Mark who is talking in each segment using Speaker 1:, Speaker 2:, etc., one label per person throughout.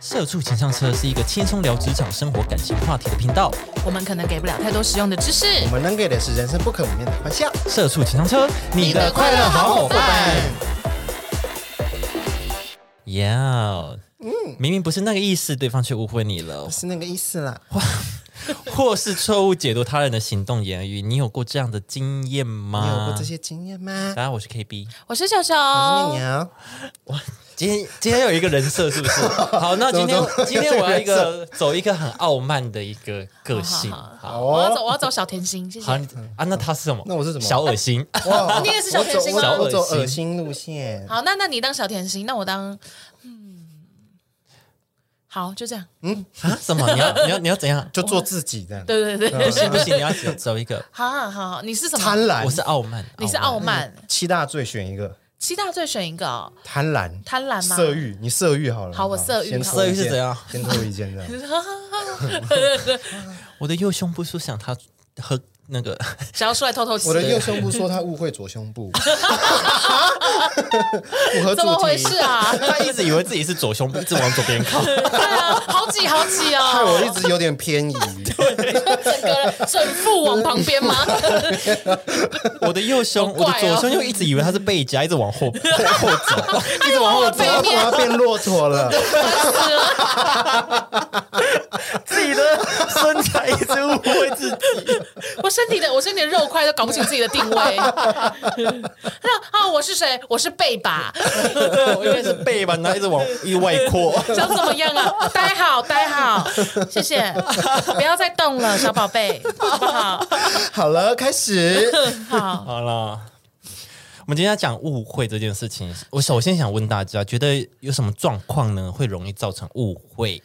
Speaker 1: 社畜情商车是一个轻松聊职场、生活、感情话题的频道。
Speaker 2: 我们可能给不了太多实用的知识。
Speaker 3: 我们能给的是人生不可磨灭的欢笑。
Speaker 1: 社畜情商车，你的快乐好伙伴。Yeah，明明不是那个意思，对方却误会你了，
Speaker 3: 是那个意思啦。
Speaker 1: 或是错误解读他人的行动言语。你有过这样的经验吗？
Speaker 3: 你有过这些经验吗？
Speaker 1: 大家，我是 KB。
Speaker 2: 我是小小，
Speaker 3: 我是念啊娘，
Speaker 1: 今天今天有一个人设是不是？好，那今天
Speaker 3: 怎么怎么
Speaker 1: 今天我要一个走一个很傲慢的一个个性。
Speaker 2: 好好
Speaker 1: 好，
Speaker 3: 哦
Speaker 2: 我要走，我要走小甜心，谢谢
Speaker 1: 好。你啊，那他是什么？
Speaker 3: 那我是什么
Speaker 1: 小恶心。
Speaker 3: 哇
Speaker 2: 你也是小甜心
Speaker 3: 我
Speaker 2: 吗
Speaker 3: 走我走
Speaker 1: 小恶心
Speaker 3: 恶心路线。
Speaker 2: 好，那那你当小甜心，那我当，嗯，好，就这样。
Speaker 3: 嗯
Speaker 1: 啊？什么？你要你要你要怎样？
Speaker 3: 就做自己这样，
Speaker 2: 对对
Speaker 1: 不
Speaker 2: 对，
Speaker 1: 行不行，你要走走一个。
Speaker 2: 好好好，你是什
Speaker 3: 嗯贪
Speaker 2: 么？
Speaker 3: 婪，嗯
Speaker 1: 我是傲慢，
Speaker 2: 你是傲慢，
Speaker 3: 七大罪选一个，
Speaker 2: 七大罪选一个哦，
Speaker 3: 贪婪，
Speaker 2: 贪婪吗
Speaker 3: 色欲，你色欲好了。
Speaker 2: 好我色欲
Speaker 3: 先
Speaker 2: 好
Speaker 3: 偷
Speaker 1: 色
Speaker 3: 一
Speaker 1: 欲是
Speaker 3: 件
Speaker 1: 怎样？
Speaker 3: 先偷一件这 样。
Speaker 1: 我的右胸部是想他和那 个，？
Speaker 2: 想要出来透透气
Speaker 3: 我。的右胸部说他误会左 胸部， 符合主
Speaker 2: 怎么回
Speaker 3: 题
Speaker 2: 事。啊
Speaker 1: 他一直以为自己是左胸部，一直往左边靠。
Speaker 2: 对啊，好挤好挤哦！
Speaker 3: 害我一直有点 偏移，
Speaker 2: 整个人整副往旁边 吗？
Speaker 1: 我的右胸，
Speaker 2: 好
Speaker 1: 我
Speaker 2: 怪哦
Speaker 1: 的左胸又一直以为他是背夹，一直往 后往后走，一直往后走
Speaker 3: 我。
Speaker 2: 啊
Speaker 3: 要我要变骆驼了。
Speaker 1: 自己的身材一直误会自 己。
Speaker 2: 我身体的我身体的肉块都搞不清自己的定位。 那啊，我是谁？我是贝吧？
Speaker 1: 我以为 是背吧，然后一直往一直外扩。
Speaker 2: 想怎么样啊？待好，待好，谢谢，不要再动了，小宝贝，好不好？
Speaker 3: 好了，开始。
Speaker 2: 好，
Speaker 1: 好了。我们今天要讲误会这件事情，我首先想问大家，觉得有什么状况呢，会容易造成误会？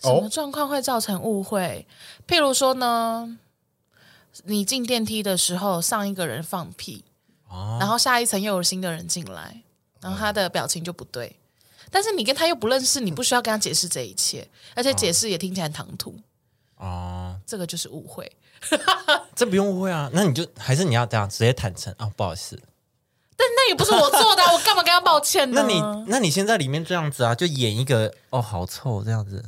Speaker 2: 什么状况会造成误会？譬如说呢，你进电梯的时候，上一个人放屁，
Speaker 1: 哦
Speaker 2: 然后下一层又有新的人进来，然后他的表情就不对。但是你跟他又不认识，你不需要跟他解释这一切，而且解释也听起来很唐突，
Speaker 1: 哦，
Speaker 2: 这个就是误会。
Speaker 1: 这不用误会啊，那你就还是你要这样直接坦诚啊、不好意思。
Speaker 2: 但那也不是我做的啊、我干嘛跟他抱歉
Speaker 1: 那
Speaker 2: 呢？
Speaker 1: 你那你先在里面这样子啊，就演一个哦好臭这样子，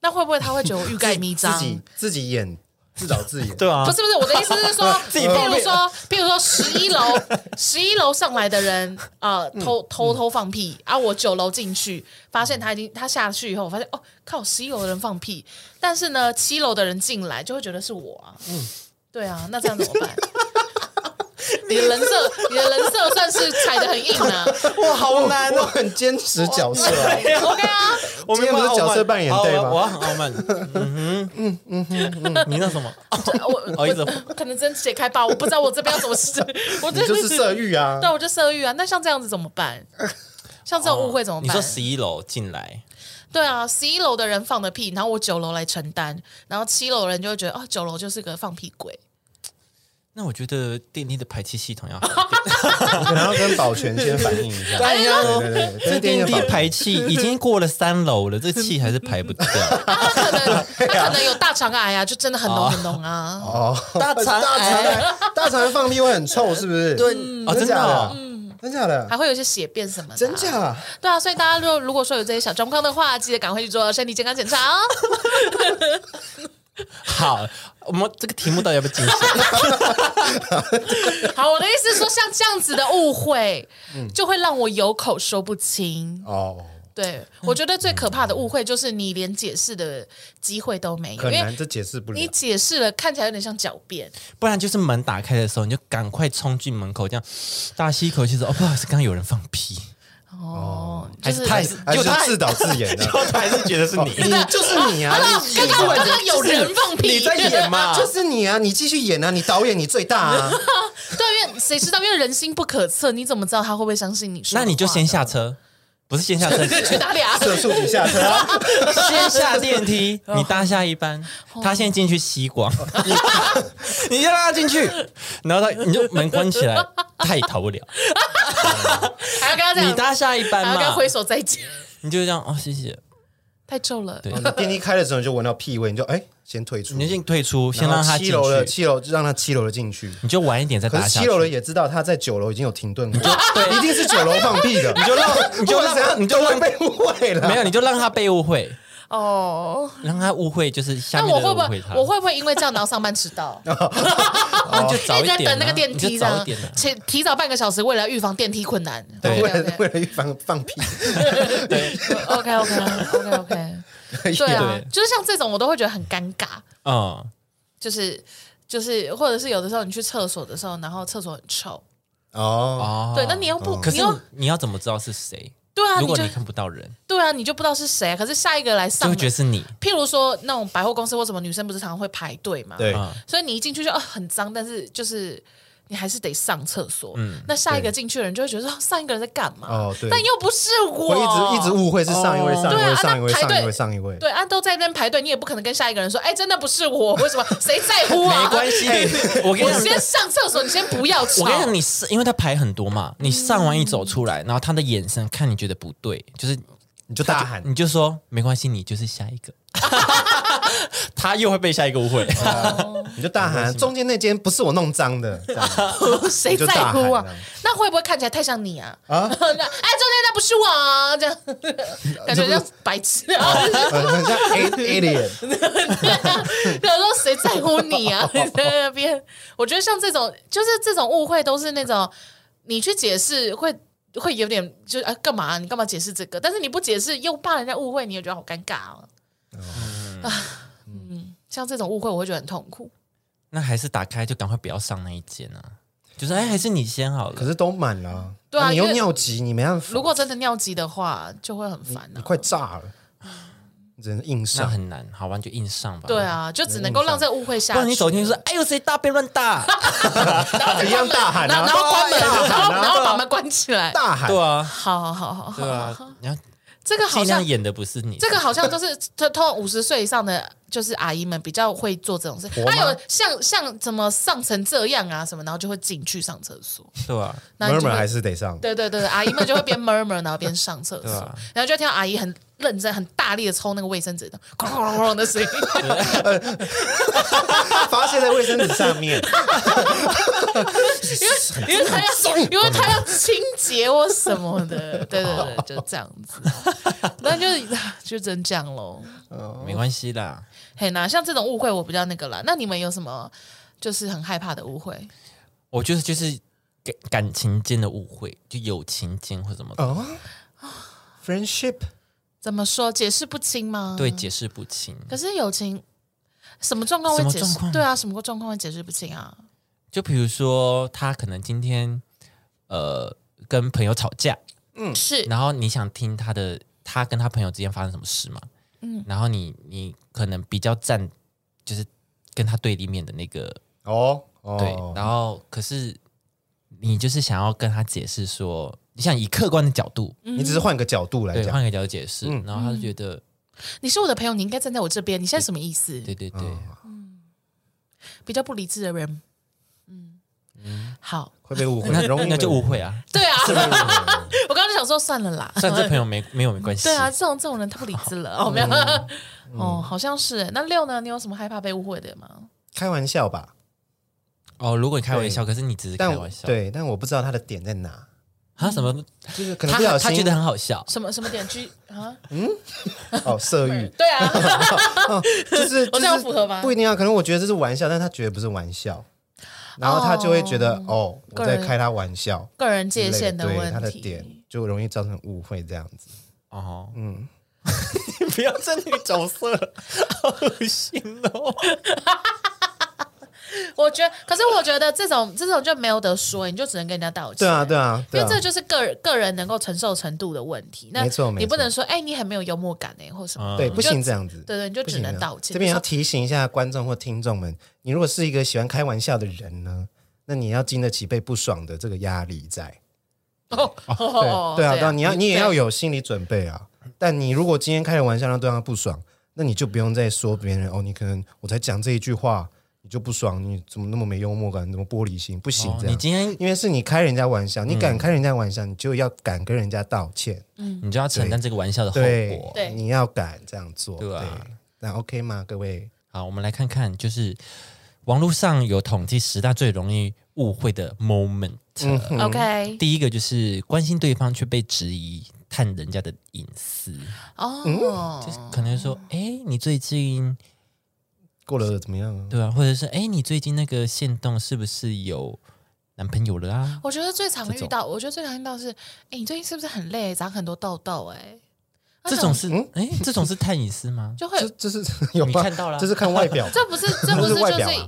Speaker 2: 那会不会他会觉得我欲盖弥彰？
Speaker 3: 自己自己演，自导自演。
Speaker 1: 对啊
Speaker 2: 不，是不是，我的意思是说，
Speaker 1: 自己
Speaker 2: 譬
Speaker 1: 放屁
Speaker 2: 如说，譬如说十一楼，十一楼上来的人，呃，偷偷偷放屁，啊，我九楼进去，发现他已经他下去以后，我发现哦，靠，十一楼的人放屁，但是呢，七楼的人进来就会觉得是我啊，嗯，对啊，那这样怎么办？你的人设，你的人设算是踩的很硬啊。
Speaker 1: 哇好难哦
Speaker 3: 我很坚持角色啊，
Speaker 2: OK 啊，
Speaker 1: 我们
Speaker 3: 今天不是角色扮演对吗
Speaker 1: 我要很傲慢，嗯哼，嗯嗯嗯，你那什么？
Speaker 2: 我
Speaker 1: 好意思
Speaker 2: 我可能真解开吧，我不知道我这边要怎么试，我
Speaker 3: 你
Speaker 2: 真
Speaker 3: 就
Speaker 2: 的
Speaker 3: 是色欲啊
Speaker 2: 对，。我就色欲啊。那像这样子怎么 办？像这种误会怎么
Speaker 1: 你
Speaker 3: 哦
Speaker 2: 办？
Speaker 1: 说十一楼进来，
Speaker 2: 对啊，十一楼的人放的屁，然后我九楼来承担，然后七楼的人就会觉得哦，九楼就是个放屁 鬼。
Speaker 1: 那我觉得电梯的排气系统要 好一点。
Speaker 3: 然后跟保全先反映一下。
Speaker 1: 大家
Speaker 3: 对
Speaker 1: 都
Speaker 3: 对对，
Speaker 1: 这
Speaker 3: 跟
Speaker 1: 电
Speaker 3: 电
Speaker 1: 梯
Speaker 3: 保全
Speaker 1: 排气已经过了三楼了，这气还是排不 掉。
Speaker 2: 啊他可能他可能有大肠癌啊，就真的很浓很浓啊。
Speaker 3: 哦，
Speaker 1: 大肠
Speaker 3: 大肠
Speaker 1: 癌
Speaker 3: 癌，大肠癌放屁会很臭，是不是？对
Speaker 1: 哦真的哦，
Speaker 3: 真假的，
Speaker 2: 还会有一些血便什么的、
Speaker 3: 真？假？
Speaker 2: 对啊，所以大家如果如果说有这些小状况的话，记得赶快去做身体健康检 查哦。
Speaker 1: 好，我们这个题目到底要不要进行？
Speaker 2: 好，我的意思是说，像这样子的误会，
Speaker 3: 嗯
Speaker 2: 就会让我有口说不清。
Speaker 3: 哦，
Speaker 2: 对，我觉得最可怕的误会就是你连解释的机会都没有，
Speaker 3: 很
Speaker 2: 因
Speaker 3: 难，
Speaker 2: 为
Speaker 3: 这解释不了
Speaker 2: 你。解释了，看起来有点像狡辩。
Speaker 1: 不然就是门打开的时候，你就赶快冲进门口，这样大吸一口气说：“哦，不好意思，刚刚有人放屁。
Speaker 2: 哦，就
Speaker 1: 还
Speaker 2: 是
Speaker 1: 是他也是”
Speaker 3: 还
Speaker 1: 就是他
Speaker 3: 自导自演的，
Speaker 1: 他还是觉得是你
Speaker 3: 你就是你啊！你
Speaker 2: 刚刚
Speaker 3: 你
Speaker 2: 刚刚有人放屁，
Speaker 1: 你在演嘛？
Speaker 3: 就是你啊！你继续演啊！你导演你最大啊！
Speaker 2: 对，因为谁知道？因为人心不可测，你怎么知道他会不会相信你说的话
Speaker 1: 那
Speaker 2: 呢？
Speaker 1: 你就先下车，不是先下 车，
Speaker 2: 去哪里啊？
Speaker 3: 射速底下车啊，
Speaker 1: 先下电 梯，
Speaker 2: 哦
Speaker 1: 你搭下一班，他先进去吸光， 你你就让他进去，然后他你就门关起来，他也逃 不了。
Speaker 2: 还要跟他这
Speaker 1: 你
Speaker 2: 样，
Speaker 1: 搭下一班
Speaker 2: 还要跟他
Speaker 1: 嘛，
Speaker 2: 挥手再见。
Speaker 1: 你就这样哦，谢谢。
Speaker 2: 太皱了。
Speaker 1: 对
Speaker 3: 哦你电梯开了之后你就闻到屁味，你就哎、先退出，
Speaker 1: 你就先退出，先
Speaker 3: 然后
Speaker 1: 让他进
Speaker 3: 七楼的
Speaker 1: 去，
Speaker 3: 七楼就让他七楼的进去。
Speaker 1: 你就晚一点再
Speaker 3: 可
Speaker 1: 打
Speaker 3: 是
Speaker 1: 下
Speaker 3: 七
Speaker 1: 去。
Speaker 3: 楼的也知道他在九楼已经有停顿过，
Speaker 1: 对
Speaker 3: 一定是九楼放屁的，你
Speaker 1: 就让你就让你就让
Speaker 3: 被误会了。
Speaker 1: 没有，你就让他被误会，
Speaker 2: 哦，
Speaker 1: 让他误会就是下
Speaker 2: 那
Speaker 1: 面
Speaker 2: 我
Speaker 1: 的人
Speaker 2: 会不
Speaker 1: 误会
Speaker 2: 会
Speaker 1: 他。
Speaker 2: 我会不会因为这样然后上班迟 到？
Speaker 3: 哦
Speaker 1: 那你就早
Speaker 2: 一
Speaker 1: 一
Speaker 2: 直
Speaker 1: 点
Speaker 2: 在
Speaker 1: 啊，
Speaker 2: 等那个电
Speaker 1: 你
Speaker 2: 梯
Speaker 1: 就
Speaker 2: 这
Speaker 1: 早一
Speaker 2: 样
Speaker 1: 点啊，
Speaker 2: 提提早半个小时，为了要预防电梯困难。
Speaker 1: 对
Speaker 3: 为 了为了预防放屁，
Speaker 2: OK OK OK OK，对啊
Speaker 1: 对，
Speaker 2: 就是像这种我都会觉得很尴尬，
Speaker 1: 嗯，
Speaker 2: 就是就是，或者是有的时候你去厕所的时候，然后厕所很臭，
Speaker 3: 哦，
Speaker 1: 哦，
Speaker 2: 对，那你又不
Speaker 1: 可，
Speaker 2: 你
Speaker 1: 是
Speaker 2: 又
Speaker 1: 你要怎么知道是谁？
Speaker 2: 对啊，
Speaker 1: 如
Speaker 2: 你
Speaker 1: 果
Speaker 2: 就
Speaker 1: 你看不到人，
Speaker 2: 对啊，你就不知道是谁，可是下一个来
Speaker 1: 就
Speaker 2: 上
Speaker 1: 会
Speaker 2: 的，
Speaker 1: 觉得是你。
Speaker 2: 譬如说那种百货公司或什么，女生不是常常会排队嘛，
Speaker 3: 对，
Speaker 1: 嗯，
Speaker 2: 所以你一进去就啊很脏，但是就是你还是得上厕所。
Speaker 1: 嗯
Speaker 2: 那下一个进去的人就会觉得说哦上一个人在干嘛？
Speaker 3: 哦对
Speaker 2: 但又不是我，
Speaker 3: 我一直一直误会是上一位
Speaker 1: 哦
Speaker 3: 上一
Speaker 2: 对啊
Speaker 3: 位上一位
Speaker 2: 那排队
Speaker 3: 上一位上一位，
Speaker 2: 对啊，都在那边排队，你也不可能跟下一个人说，哎，真的不是我，为什么？谁在乎啊？
Speaker 1: 没关系，我跟
Speaker 2: 我
Speaker 1: 你讲
Speaker 2: 先。上厕所，你先不要吵。
Speaker 1: 我跟你讲，你是因为他牌很多嘛，你上完一走出来，然后他的眼神看你觉得不对，就是
Speaker 3: 你就大喊
Speaker 1: 你就说没关系，你就是下一个，他又会被下一个误会。
Speaker 3: 你就大
Speaker 1: 嗯
Speaker 3: 喊，中间那间不是我弄脏的，这样
Speaker 2: 谁在乎
Speaker 3: 你就大
Speaker 2: 啊
Speaker 3: 喊啊？
Speaker 2: 那会不会看起来太像你啊？
Speaker 3: 啊
Speaker 2: 啊， 那哎，中间那不是我啊，这样 感觉像白痴啊。
Speaker 3: 呃很像 a alien，
Speaker 2: 有时候谁在乎你啊？ 你在那边，我觉得像这种，就是这种误会，都是那种你去解释会会有点，就是啊，干嘛、你干嘛解释这个？但是你不解释，又怕人家误会，你也觉得好尴尬哦。 啊，嗯，像这种误会，我会觉得很痛苦。
Speaker 1: 那还是打开就赶快不要上那一间啊，就是哎，还是你先好
Speaker 3: 可
Speaker 1: 了。
Speaker 3: 是都满了啊，
Speaker 2: 对啊
Speaker 3: 你又
Speaker 2: 因为
Speaker 3: 尿急，你没办法，
Speaker 2: 如果真的尿急的话，就会很烦
Speaker 3: 你
Speaker 2: 啊。
Speaker 3: 快炸了，你只能硬
Speaker 1: 那
Speaker 3: 上。
Speaker 1: 很难，好吧，你就硬上吧。
Speaker 2: 对，啊，就只能够让这误会下
Speaker 1: 不
Speaker 2: 去。啊
Speaker 1: 然你走进去说，哎呦谁大便乱大？
Speaker 3: 一样大喊
Speaker 2: 然后然
Speaker 3: 啊，
Speaker 2: 后关门，
Speaker 3: 大喊
Speaker 2: 然后
Speaker 3: 啊
Speaker 2: 然后把门关起来。
Speaker 3: 大喊，
Speaker 1: 对啊，
Speaker 2: 好好好好
Speaker 1: 对
Speaker 2: 好，
Speaker 1: 啊，你要
Speaker 2: 这个好
Speaker 1: 尽
Speaker 2: 像
Speaker 1: 量演的不是你。
Speaker 2: 这个好像都是通通常五十岁以上的，就是阿姨们比较会做这种事。
Speaker 3: 妈
Speaker 2: 还有像像怎么上成这样啊什么，然后就会进去上厕所。
Speaker 1: 对啊，
Speaker 2: 然后你就
Speaker 3: murmur
Speaker 2: 会
Speaker 3: 还是得上，
Speaker 2: 对对对，对阿姨们就会边 murmur，然后边上厕所
Speaker 1: 对啊，
Speaker 2: 然后就听到阿姨很认真、很大力的抽那个卫生 纸，哐哐哐哐的声音。
Speaker 3: 发泄在卫生纸上 面，
Speaker 2: 因为因为他要因为他要清洁或什么 的，对对对，就这样子，那就就真这样喽。
Speaker 1: 哦没关系啦。
Speaker 2: 嘿那像这种误会我比较那个啦，那你们有什么就是很害怕的误会？
Speaker 1: 我觉得就是感感情间的误会，就友情间或什么的，
Speaker 3: 哦，friendship
Speaker 2: 怎么说解释不清吗？
Speaker 1: 对，解释不清，
Speaker 2: 可是友情什么状况会解
Speaker 1: 什么状
Speaker 2: 释
Speaker 1: 况？
Speaker 2: 对啊，什么状况会解释不清啊？
Speaker 1: 就比如说，他可能今天呃跟朋友吵架，
Speaker 2: 是
Speaker 1: 然后你想听他的他跟他朋友之间发生什么事嘛？嗯，然后你你可能比较站就是跟他对立面的那个
Speaker 3: 哦
Speaker 1: 对，
Speaker 3: 哦，
Speaker 1: 然后可是你就是想要跟他解释说，你想以客观的角度，
Speaker 3: 你只是换个角度来
Speaker 1: 对，
Speaker 3: 讲，嗯
Speaker 1: 换个角度解释，然
Speaker 2: 嗯
Speaker 1: 后他就觉得，
Speaker 2: 你是我的朋友，你应该站在我这边，你现在什么意思？
Speaker 1: 对对对，
Speaker 3: 嗯
Speaker 2: 比较不理智的人，嗯，好，
Speaker 3: 会被误会，
Speaker 1: 那
Speaker 3: 容易
Speaker 1: 那就误
Speaker 3: 被
Speaker 1: 会啊。
Speaker 2: 对啊，我刚刚就想说算了
Speaker 3: 嗯
Speaker 2: 啦，
Speaker 1: 虽然这朋友没没有没关系，
Speaker 2: 对啊，这种这种人太不理智了，哦没有，哦好像是。那六呢？你有什么害怕被误会的吗？
Speaker 3: 开玩笑吧，
Speaker 1: 哦，如果你开玩笑，可是你只是开
Speaker 3: 但
Speaker 1: 玩笑，
Speaker 3: 对，但我不知道他的点在哪，
Speaker 1: 啊什么？
Speaker 3: 就是可能
Speaker 1: 他
Speaker 3: 不小
Speaker 1: 他觉
Speaker 3: 心
Speaker 1: 得很好笑，
Speaker 2: 什么什么点居啊？
Speaker 3: 哦，色欲
Speaker 2: 对啊，
Speaker 3: 就是
Speaker 2: 我
Speaker 3: 就
Speaker 2: 这样
Speaker 3: 是
Speaker 2: 符合吗
Speaker 3: 不一定啊，可能我觉得这是玩笑，但他觉得不是玩笑，然后他就会觉得哦，我
Speaker 2: 个
Speaker 3: 在
Speaker 2: 人
Speaker 3: 开他玩笑
Speaker 2: 个人
Speaker 3: 之类
Speaker 2: 界限
Speaker 3: 的，对他
Speaker 2: 问
Speaker 3: 的
Speaker 2: 题。
Speaker 3: 点就容易造成误会这样子。
Speaker 1: 哦，嗯， 你不要在那个角色，好恶心哦。
Speaker 2: 我觉得，可是我觉得这种这种就没有得说，你就只能跟人家道歉。
Speaker 3: 对啊，对啊，
Speaker 2: 因
Speaker 3: 对
Speaker 2: 为
Speaker 3: 啊
Speaker 2: 这，就是个人个人能够承受程度的问题。那
Speaker 3: 没错没错
Speaker 2: 你不能说哎，你很没有幽默感哎，或什
Speaker 1: 嗯
Speaker 2: 么。
Speaker 3: 对，
Speaker 2: 你
Speaker 3: 不
Speaker 2: 就
Speaker 3: 行这样子。
Speaker 2: 对对，你就
Speaker 3: 不
Speaker 2: 只
Speaker 3: 行啊
Speaker 2: 能
Speaker 3: 的
Speaker 2: 道歉。
Speaker 3: 这边要
Speaker 2: 就说
Speaker 3: 提醒一下观众或听众们，你如果是一个喜欢开玩笑的人呢，那你要经得起被不爽的这个压力在。
Speaker 2: 哦哦
Speaker 3: 对
Speaker 2: 哦，
Speaker 3: 对啊，
Speaker 2: 这
Speaker 3: 对啊，
Speaker 2: 样
Speaker 3: 你要你也要
Speaker 2: 对
Speaker 3: 有心理准备啊。但你如果今天开了玩笑让对方不爽，那你就不用再说别人哦，你可能我才讲这一句话，你就不爽，你怎么那么没幽默感，怎么玻璃心，不行
Speaker 1: 哦
Speaker 3: 这
Speaker 1: 你
Speaker 3: 样。
Speaker 1: 今天
Speaker 3: 因为是你开人家玩笑，你
Speaker 2: 嗯
Speaker 3: 敢开人家玩笑，你就要敢跟人家道歉，
Speaker 1: 你就要承担这个玩笑的后
Speaker 3: 对
Speaker 1: 果。
Speaker 2: 对
Speaker 3: 你要敢这样做，
Speaker 1: 对啊
Speaker 3: 对那 OK 吗，各位？
Speaker 1: 好，我们来看看，就是网络上有统计十大最容易误会的 moment。
Speaker 3: 嗯
Speaker 2: OK，
Speaker 1: 第一个就是关心对方却被质疑探人家的隐私，
Speaker 3: 嗯
Speaker 2: 哦
Speaker 1: 就是可能说，哎、你最近
Speaker 3: 过了怎么样啊？
Speaker 1: 对啊，或者是哎、诶你最近那个线动是不是有男朋友了啊？
Speaker 2: 我觉得最常
Speaker 1: 这
Speaker 2: 遇
Speaker 1: 种
Speaker 2: 到，我觉得最常遇到是，哎，你最近是不是很累，长很多痘痘？哎，那
Speaker 1: 这种是
Speaker 3: 嗯
Speaker 1: 哎、这种是探隐私吗？
Speaker 2: 就会
Speaker 3: 这，这是有
Speaker 1: 你
Speaker 3: 吧
Speaker 1: 看到了啊
Speaker 3: 这是看外 表，
Speaker 2: 这 不是，这不
Speaker 3: 这
Speaker 2: 是
Speaker 3: 是外
Speaker 2: 就
Speaker 3: 表
Speaker 2: 是
Speaker 3: 啊，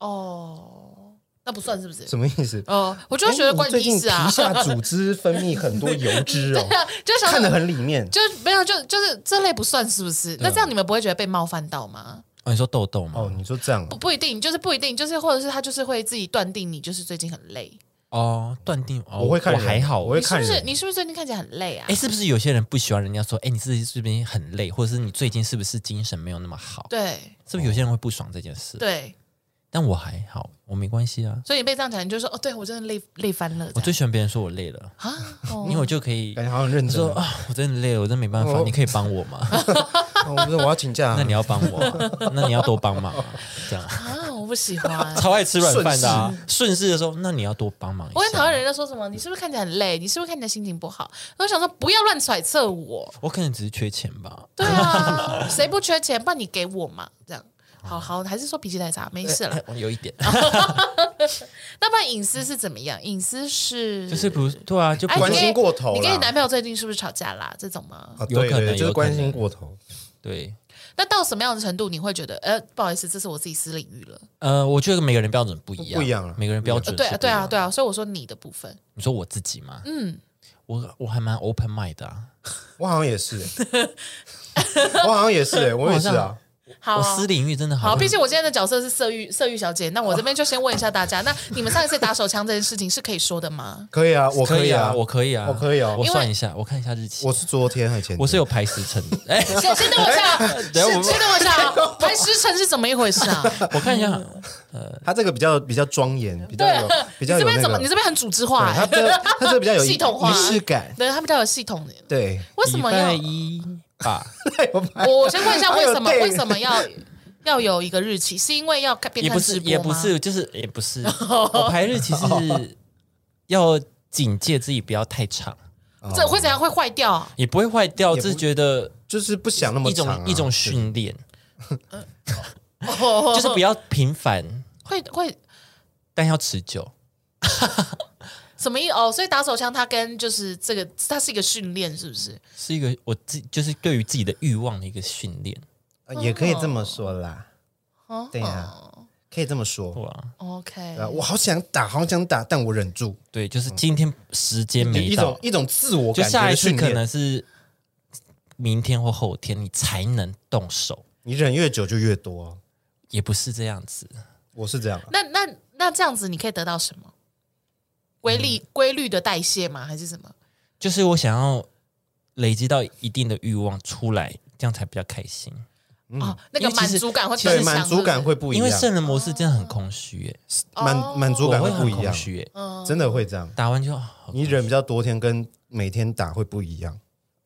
Speaker 2: 哦，那不算是不是？
Speaker 3: 什么意思？
Speaker 2: 哦，我就会觉得
Speaker 3: 诶
Speaker 2: 关
Speaker 3: 你
Speaker 2: 你
Speaker 3: 最
Speaker 2: 屁
Speaker 3: 近
Speaker 2: 事啊
Speaker 3: 皮！下组织分泌很多油脂哦，
Speaker 2: 就想
Speaker 3: 看得很里面。
Speaker 2: 就没有，就就是这类不算是不是？那这样你们不会觉得被冒犯到吗？
Speaker 1: 哦，你说痘痘吗？
Speaker 3: 哦，你说这样
Speaker 2: 不
Speaker 3: 哦，
Speaker 2: 不一定，就是不一定，就是或者是他就是会自己断定你就是最近很累，
Speaker 1: 哦，断定哦，
Speaker 3: 我会看
Speaker 1: 我
Speaker 3: 人，
Speaker 1: 还好，
Speaker 3: 我会
Speaker 2: 你是
Speaker 3: 看
Speaker 2: 不是？
Speaker 3: 人。
Speaker 2: 你是不是最近看起来很累啊
Speaker 1: 哎、？是不是有些人不喜欢人家说，哎、你自己最近很累，或者是你最近是不是精神没有那么好？
Speaker 2: 对
Speaker 1: 是不是有些人会不爽这件事？
Speaker 2: 对，
Speaker 1: 但我还好，我没关系啊。
Speaker 2: 所以你被这样讲，你就说哦，对我真的累累翻了。
Speaker 1: 我最
Speaker 2: 这样
Speaker 1: 喜欢别人说我累了，
Speaker 2: 啊，哦
Speaker 1: 因为我就可以
Speaker 3: 感觉好像很认真
Speaker 1: 说
Speaker 3: 哦。
Speaker 1: 啊，我真的累了，我真没办法，
Speaker 3: 哦
Speaker 1: 你可以帮我吗？
Speaker 3: 哦我说我要请假啊，
Speaker 1: 那你要帮我啊、那你要多帮忙、啊，这样。。
Speaker 2: 啊，我不喜欢
Speaker 1: 超爱吃软饭的、啊，顺势的时候，那你要多帮忙一下。
Speaker 2: 我很讨厌人家说什么，你是不是看起来很累？你是不是看起来心情不好？我想说，不要乱揣测我。
Speaker 1: 我可能只是缺钱 吧。
Speaker 2: 对啊，谁不缺钱？不然你给我嘛，这样。好好，还是说脾气太差，没事了。
Speaker 1: 我有一点，
Speaker 2: 啊那不然隐私是怎么样？隐私是
Speaker 1: 就是不对啊，就
Speaker 2: 哎
Speaker 1: 不
Speaker 3: 关
Speaker 2: 你
Speaker 3: 心
Speaker 2: 跟
Speaker 3: 过头啦
Speaker 2: 你跟你男朋友最近是不是吵架啦？这种吗？
Speaker 3: 啊，
Speaker 1: 有
Speaker 3: 对
Speaker 1: 可能
Speaker 3: 对，就
Speaker 1: 有
Speaker 3: 是
Speaker 1: 可
Speaker 3: 关心
Speaker 1: 能
Speaker 3: 过头。
Speaker 1: 对。
Speaker 2: 那到什么样的程度你会觉得，呃，不好意思，这是我自己私领域了？
Speaker 1: 呃，我觉得每个人标准不一样，
Speaker 3: 不一样啊
Speaker 1: 每个人标准
Speaker 2: 呃，
Speaker 1: 是
Speaker 2: 对
Speaker 1: 不
Speaker 2: 啊，
Speaker 1: 一
Speaker 2: 对啊，
Speaker 1: 样。
Speaker 2: 对啊，所以我说你的部分，
Speaker 1: 你说我自己吗？
Speaker 2: 嗯，
Speaker 1: 我我还蛮 open mind 的啊，
Speaker 3: 我好像也是 欸，我好像也 是欸，我也是
Speaker 1: 我
Speaker 3: 啊
Speaker 1: 好。
Speaker 2: 好
Speaker 1: 我
Speaker 2: 啊。
Speaker 1: 私领域真的
Speaker 2: 好，
Speaker 1: 好。
Speaker 2: 毕竟我今天的角色是色欲色欲小姐，那我这边就先问一下大家，那你们上一次打手枪这件事情是可以说的吗？
Speaker 3: 可以啊，我
Speaker 1: 可以
Speaker 3: 以
Speaker 1: 啊，我
Speaker 3: 我
Speaker 1: 可以啊，
Speaker 3: 我可以哦
Speaker 1: 我算一下，我看一下日期。
Speaker 3: 我
Speaker 1: 我
Speaker 3: 是昨天还是前天？
Speaker 1: 我是有排时 辰的，哎，
Speaker 2: 先先等我一下，
Speaker 3: 哎
Speaker 2: 先
Speaker 1: 等一下我们
Speaker 2: 先等我一下啊，排时辰是怎么一回事啊？
Speaker 1: 我看一下，
Speaker 3: 他这个比较比较庄严，比较
Speaker 2: 对啊
Speaker 3: 有，比
Speaker 2: 你
Speaker 3: 较
Speaker 2: 这
Speaker 3: 有
Speaker 2: 边
Speaker 3: 那
Speaker 2: 怎么
Speaker 3: 个
Speaker 2: 你。这边很组织化
Speaker 3: 对他
Speaker 2: 欸，
Speaker 3: 这他这个比较有
Speaker 2: 系统化
Speaker 3: 仪式感。
Speaker 2: 对，他们比较有系统的，
Speaker 3: 对，
Speaker 2: 为什么
Speaker 1: 礼拜
Speaker 2: 要？
Speaker 1: 一吧？
Speaker 2: 我我先问一下，
Speaker 3: 还
Speaker 2: 为
Speaker 3: 有
Speaker 2: 什么
Speaker 3: date
Speaker 2: 为什么要要有一个日期？是因为要看边
Speaker 1: 也
Speaker 2: 看
Speaker 1: 不
Speaker 2: 直
Speaker 1: 是，
Speaker 2: 播吗？
Speaker 1: 也不是，就是也不 是。我排日期是要警戒自己不要太长，
Speaker 2: 这会怎样？会坏掉啊？
Speaker 1: 也不会坏掉，
Speaker 3: 也不
Speaker 1: 只是觉得
Speaker 3: 就是不想那么
Speaker 1: 一种、
Speaker 3: 长啊
Speaker 1: 一种训练，
Speaker 2: 呃
Speaker 1: 就是不要频繁，
Speaker 2: 会会
Speaker 1: 但要持久。
Speaker 2: 什么意哦？所以打手枪它跟就是这个，它是一个训练，是不是？
Speaker 1: 是一个我自就是对于自己的欲望的一个训练，
Speaker 3: 啊也可以这么说啦，
Speaker 2: 哦
Speaker 3: 对呀可以这么说。
Speaker 1: 对啊，
Speaker 2: ，OK，
Speaker 3: 啊，我好想打，好想打，但我忍住，
Speaker 1: 对，就是
Speaker 3: 嗯
Speaker 1: 今天时间
Speaker 3: 就
Speaker 1: 没
Speaker 3: 一种
Speaker 1: 到，
Speaker 3: 一种自我
Speaker 1: 就
Speaker 3: 感觉
Speaker 1: 下一
Speaker 3: 的
Speaker 1: 次
Speaker 3: 训
Speaker 1: 可
Speaker 3: 练。
Speaker 1: 能是明天或后天你才能动手，
Speaker 3: 你忍越久就越多啊，
Speaker 1: 也不是这样子。
Speaker 3: 我是这样啊。
Speaker 2: 那那那这样子你可以得到什么？规律
Speaker 3: 嗯
Speaker 2: 规律的代谢吗？还是什么？
Speaker 1: 就是我想要累积到一定的欲望出来，这样才比较开心。
Speaker 3: 嗯
Speaker 2: 哦，那个
Speaker 1: 因为其
Speaker 2: 满
Speaker 1: 实
Speaker 2: 足感会
Speaker 1: 其实
Speaker 2: 更
Speaker 3: 对，
Speaker 2: 强
Speaker 3: 满足感
Speaker 2: 是不是
Speaker 3: 会不一
Speaker 1: 因为
Speaker 3: 样，
Speaker 1: 圣人模式真的很空虚、欸，
Speaker 2: 哦
Speaker 3: 满满足
Speaker 1: 我
Speaker 3: 感
Speaker 1: 会
Speaker 3: 会不
Speaker 1: 很
Speaker 3: 一
Speaker 1: 空
Speaker 3: 样，
Speaker 1: 虚、欸，
Speaker 2: 嗯
Speaker 3: 真的会这样。
Speaker 1: 打完就哦好
Speaker 3: 你忍比较多天，跟每天打会不一样。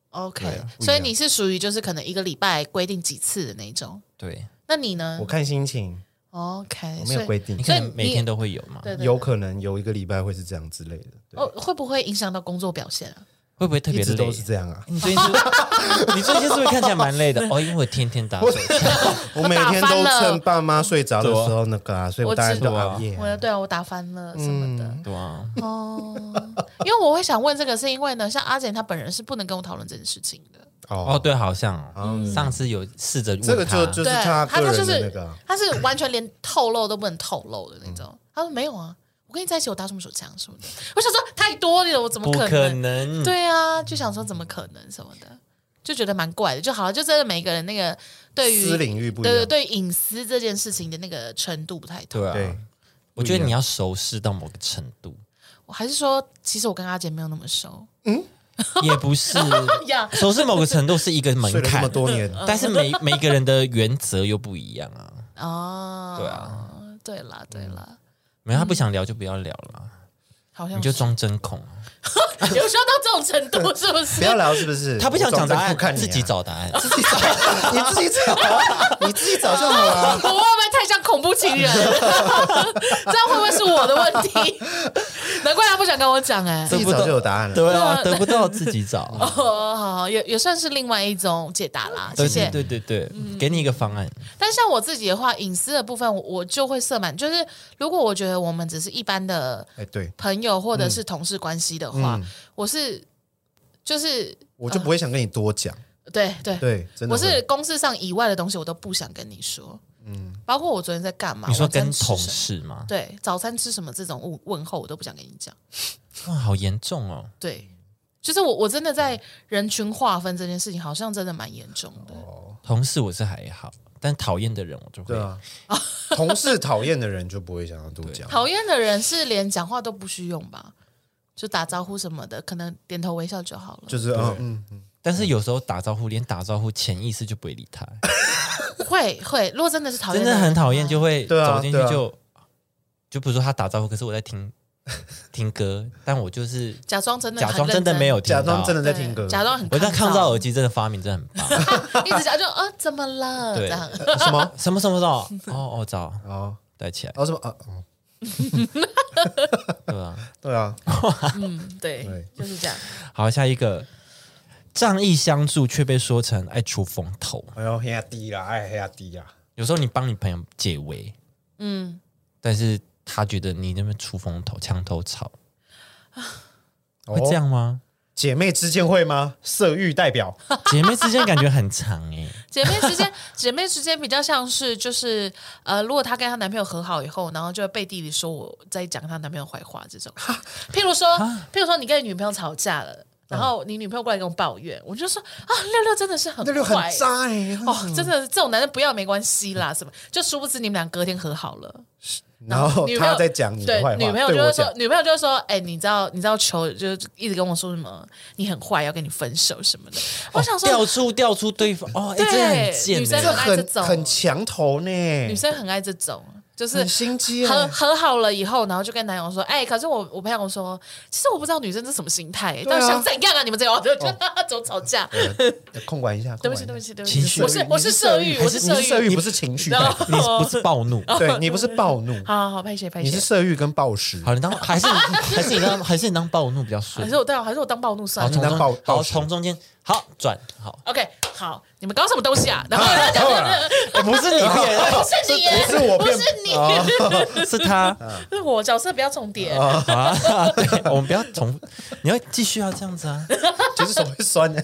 Speaker 3: 啊
Speaker 2: OK，所以你是属于就是可能一个礼拜规定几次的那种。
Speaker 1: 对，
Speaker 2: 那你呢
Speaker 3: 我看心情，
Speaker 2: ？OK，
Speaker 3: 我没
Speaker 2: 嗯所
Speaker 3: 有
Speaker 2: 以
Speaker 3: 规定
Speaker 1: 你，
Speaker 2: 所
Speaker 1: 可
Speaker 2: 以
Speaker 1: 能每天都会有嘛，
Speaker 2: 对对
Speaker 3: 有可能有一个礼拜会是这样之类的，对
Speaker 2: 哦，会不会影响到工作表现啊？
Speaker 1: 会不会特
Speaker 3: 一
Speaker 1: 别
Speaker 3: 直
Speaker 1: 累？
Speaker 3: 都是这样啊。
Speaker 1: 你最近是不 是你最近是不是看起来蛮累的？哦，因为我天天打手枪，
Speaker 3: 我每天都趁爸妈睡着的时候那个啊，所以我当然都熬夜啊。
Speaker 2: 我的对啊，我打翻了什么的。
Speaker 1: 对啊，
Speaker 3: 嗯
Speaker 2: 哦， 因为我会想问这个，是因为呢，像阿简她本人是不能跟我讨论这件事情的。
Speaker 1: 哦
Speaker 3: 哦，
Speaker 1: 对，好像哦、上次有试着问
Speaker 3: 嗯这个
Speaker 1: 他
Speaker 3: 就就
Speaker 2: 对
Speaker 3: 是
Speaker 2: 他，
Speaker 3: 他个
Speaker 2: 他就
Speaker 3: 人的
Speaker 2: 是
Speaker 3: 那个啊，嗯
Speaker 2: 他是完全连透露都不能透露的那种。他说没有啊，我跟你在一起，我打什么手枪什么的。我想说太多了，我怎么
Speaker 1: 不
Speaker 2: 可
Speaker 1: 可
Speaker 2: 能？
Speaker 1: 能，
Speaker 2: 对啊，就想说怎么可能什么的，就觉得蛮怪的。就好像就真的每个人那个对于
Speaker 3: 私领域不一
Speaker 2: 对对
Speaker 3: 样。
Speaker 2: 对隐私这件事情的那个程度不太同。
Speaker 1: 对啊，
Speaker 3: 对，
Speaker 1: 我觉得你要熟识到某个程度，
Speaker 2: 我还是说，其实我跟阿简没有那么熟。
Speaker 1: 也不是
Speaker 2: 呀，
Speaker 1: 熟识某个程度是一个门
Speaker 3: 睡了这
Speaker 1: 槛
Speaker 3: 么，多年，
Speaker 1: 但是每每个人的原则又不一样啊。
Speaker 2: 哦，
Speaker 1: 对啊，
Speaker 2: 对啦，对啦，
Speaker 1: 没有他不想聊就不要聊了，
Speaker 2: 好像
Speaker 1: 你就是装针孔。
Speaker 2: 有需要到这种程度，是不
Speaker 3: 不
Speaker 2: 是？
Speaker 3: 要聊是不是？
Speaker 1: 他不想讲答
Speaker 3: 我总在看
Speaker 1: 案，
Speaker 3: 你啊
Speaker 1: 自己，找答 案。
Speaker 3: 自己找，你自己找啊，你自己找就好了。啊
Speaker 2: 我会不会太像恐怖情人？这样会不会是我的问 题？难怪他不想跟我讲哎、
Speaker 3: 自己找就有答案了。
Speaker 1: 对啊，
Speaker 2: 那
Speaker 1: 得不到自己找。
Speaker 2: 哦，好好，也也算是另外一种解答啦，谢
Speaker 1: 对
Speaker 2: 谢。嗯
Speaker 1: 对对对对，给你一个方案。
Speaker 2: 但像我自己的话，隐私的部分我我就会设满，就是如果我觉得我们只是一般的
Speaker 3: 哎，对，
Speaker 2: 朋友或
Speaker 1: 嗯
Speaker 2: 者是同事关系的话，我是就是
Speaker 3: 我就不会想跟你多讲。
Speaker 2: 对对
Speaker 3: 对，真的
Speaker 2: 啊我
Speaker 3: 会，
Speaker 2: 是公司上以外的东西我都不想跟你说，嗯，包括我昨天在干嘛，
Speaker 1: 你说
Speaker 2: 晚餐
Speaker 1: 跟
Speaker 2: 吃
Speaker 1: 同
Speaker 2: 什么
Speaker 1: 事吗？
Speaker 2: 对早餐吃什么这种问问候我都不想跟你讲，
Speaker 1: 哇，好严重哦！
Speaker 2: 对。就是我，我真的在人群划分这件事情，好像真的蛮严重的。
Speaker 3: 哦
Speaker 1: 同事我是还好，但讨厌的人我就会
Speaker 3: 对。啊。同事讨厌的人就不会想要多讲。
Speaker 2: 讨厌的人是连讲话都不需用吧？就打招呼什么的，可能点头微笑就好了。
Speaker 3: 就是嗯嗯，
Speaker 1: 但是有时候打招呼，连打招呼潜意识就不会理他，
Speaker 2: 会会，如果真的是讨厌
Speaker 1: 真
Speaker 2: 人，嗯
Speaker 1: 的很讨厌，就会
Speaker 3: 对啊
Speaker 1: 走进去
Speaker 3: 对啊
Speaker 1: 就就比如说他打招呼，可是我在听 听歌，但我就是
Speaker 2: 假装真的
Speaker 1: 假
Speaker 2: 很
Speaker 1: 装
Speaker 2: 认
Speaker 1: 真的没有听
Speaker 3: 假
Speaker 1: 到，
Speaker 3: 装真的在
Speaker 2: 对
Speaker 3: 听歌，
Speaker 2: 假装很
Speaker 1: 我在
Speaker 2: 抗
Speaker 1: 抗噪耳机真的发明真的很棒，
Speaker 2: 一直假装啊怎么了这
Speaker 1: 对
Speaker 2: 样。
Speaker 3: 哦什么？
Speaker 1: 什么什么什么，哦哦早
Speaker 3: 哦
Speaker 1: 带 起来，
Speaker 3: 哦什么啊？哦
Speaker 1: 对吧？
Speaker 3: 对啊，
Speaker 2: 嗯，对，
Speaker 3: 对
Speaker 2: 就是这样。
Speaker 1: 好，下一个仗义相助却被说成爱出风头，
Speaker 3: 哎呦黑压低啦，哎黑压低啦，
Speaker 1: 有时候你帮你朋友解围，
Speaker 2: 嗯，
Speaker 1: 但是他觉得你那边出风头、墙头草，会这样吗？
Speaker 3: 哦姐妹之间会吗？色欲代表
Speaker 1: 姐妹之间感觉很长哎、
Speaker 2: 姐妹之间，姐妹之间比较像是就是呃，如果她跟她男朋友和好以后，然后就会背地里说我在讲她男朋友坏话这种。譬如说，譬如说你跟你女朋友吵架了。然后你女朋友过来跟我抱怨，我就说啊，六六真的是很
Speaker 3: 那就很
Speaker 2: 坏
Speaker 3: 渣哎。
Speaker 2: 哦，真的这种男人不要没关系啦，什么就殊不知你们俩隔天和好了，
Speaker 3: 然后
Speaker 2: 女朋
Speaker 3: 他
Speaker 2: 友
Speaker 3: 在讲你的
Speaker 2: 对
Speaker 3: 坏话，
Speaker 2: 女朋友就
Speaker 3: 对我
Speaker 2: 会说
Speaker 3: 讲，，
Speaker 2: 女朋友就会说，哎、你知道你知道球就是一直跟我说什么，你很坏，要跟你分手什么的，
Speaker 3: 哦
Speaker 2: 我想说
Speaker 1: 调出调出对方哦，哎、
Speaker 2: 对
Speaker 1: 这很贱、
Speaker 2: 女生
Speaker 3: 这
Speaker 1: 欸，
Speaker 2: 很爱这
Speaker 3: 很
Speaker 2: 种
Speaker 3: 很墙头呢，
Speaker 2: 女生很爱这种，就是
Speaker 3: 哎很心机耶
Speaker 2: 和和好了以后，然后就跟男友说，哎、可是我我朋友说，其实我不知道女生这什么心态、
Speaker 3: 对啊哦
Speaker 2: 但想怎样啊？你们这样就就总吵架，
Speaker 3: 控管一下，
Speaker 2: 对不起对
Speaker 3: 控管
Speaker 2: 不
Speaker 3: 一下，
Speaker 2: 起对不
Speaker 1: 情
Speaker 2: 起，
Speaker 1: 绪
Speaker 2: 我是我是色欲，我
Speaker 3: 还是你
Speaker 2: 色
Speaker 3: 是色
Speaker 2: 欲，
Speaker 3: 欲，不是情绪代
Speaker 2: 然
Speaker 3: 表
Speaker 2: 后，
Speaker 1: 你不是暴怒，
Speaker 3: 对你不是暴怒，
Speaker 2: 好好拍谁拍
Speaker 3: 你是
Speaker 2: 谁。
Speaker 3: 色欲跟暴食。
Speaker 1: 好，你当还是你还是你当还是你当暴怒比较
Speaker 2: 还
Speaker 1: 顺
Speaker 2: 是，我对啊，还是我当暴怒算
Speaker 1: 好
Speaker 2: 了。
Speaker 1: 从中
Speaker 3: 当暴
Speaker 1: 好
Speaker 3: 暴食
Speaker 1: 从中间好转好，
Speaker 2: OK，好，你们搞什么东西啊？然后他讲
Speaker 1: 哎不是你变，
Speaker 2: 不是你，
Speaker 3: 不是我啊
Speaker 2: 不
Speaker 3: 变
Speaker 2: 是你，
Speaker 1: 是 他
Speaker 2: 是 我角色不要重叠。
Speaker 1: 啊，对，我们不要重复，你要继续要这样子啊，
Speaker 3: 就是手会 酸的、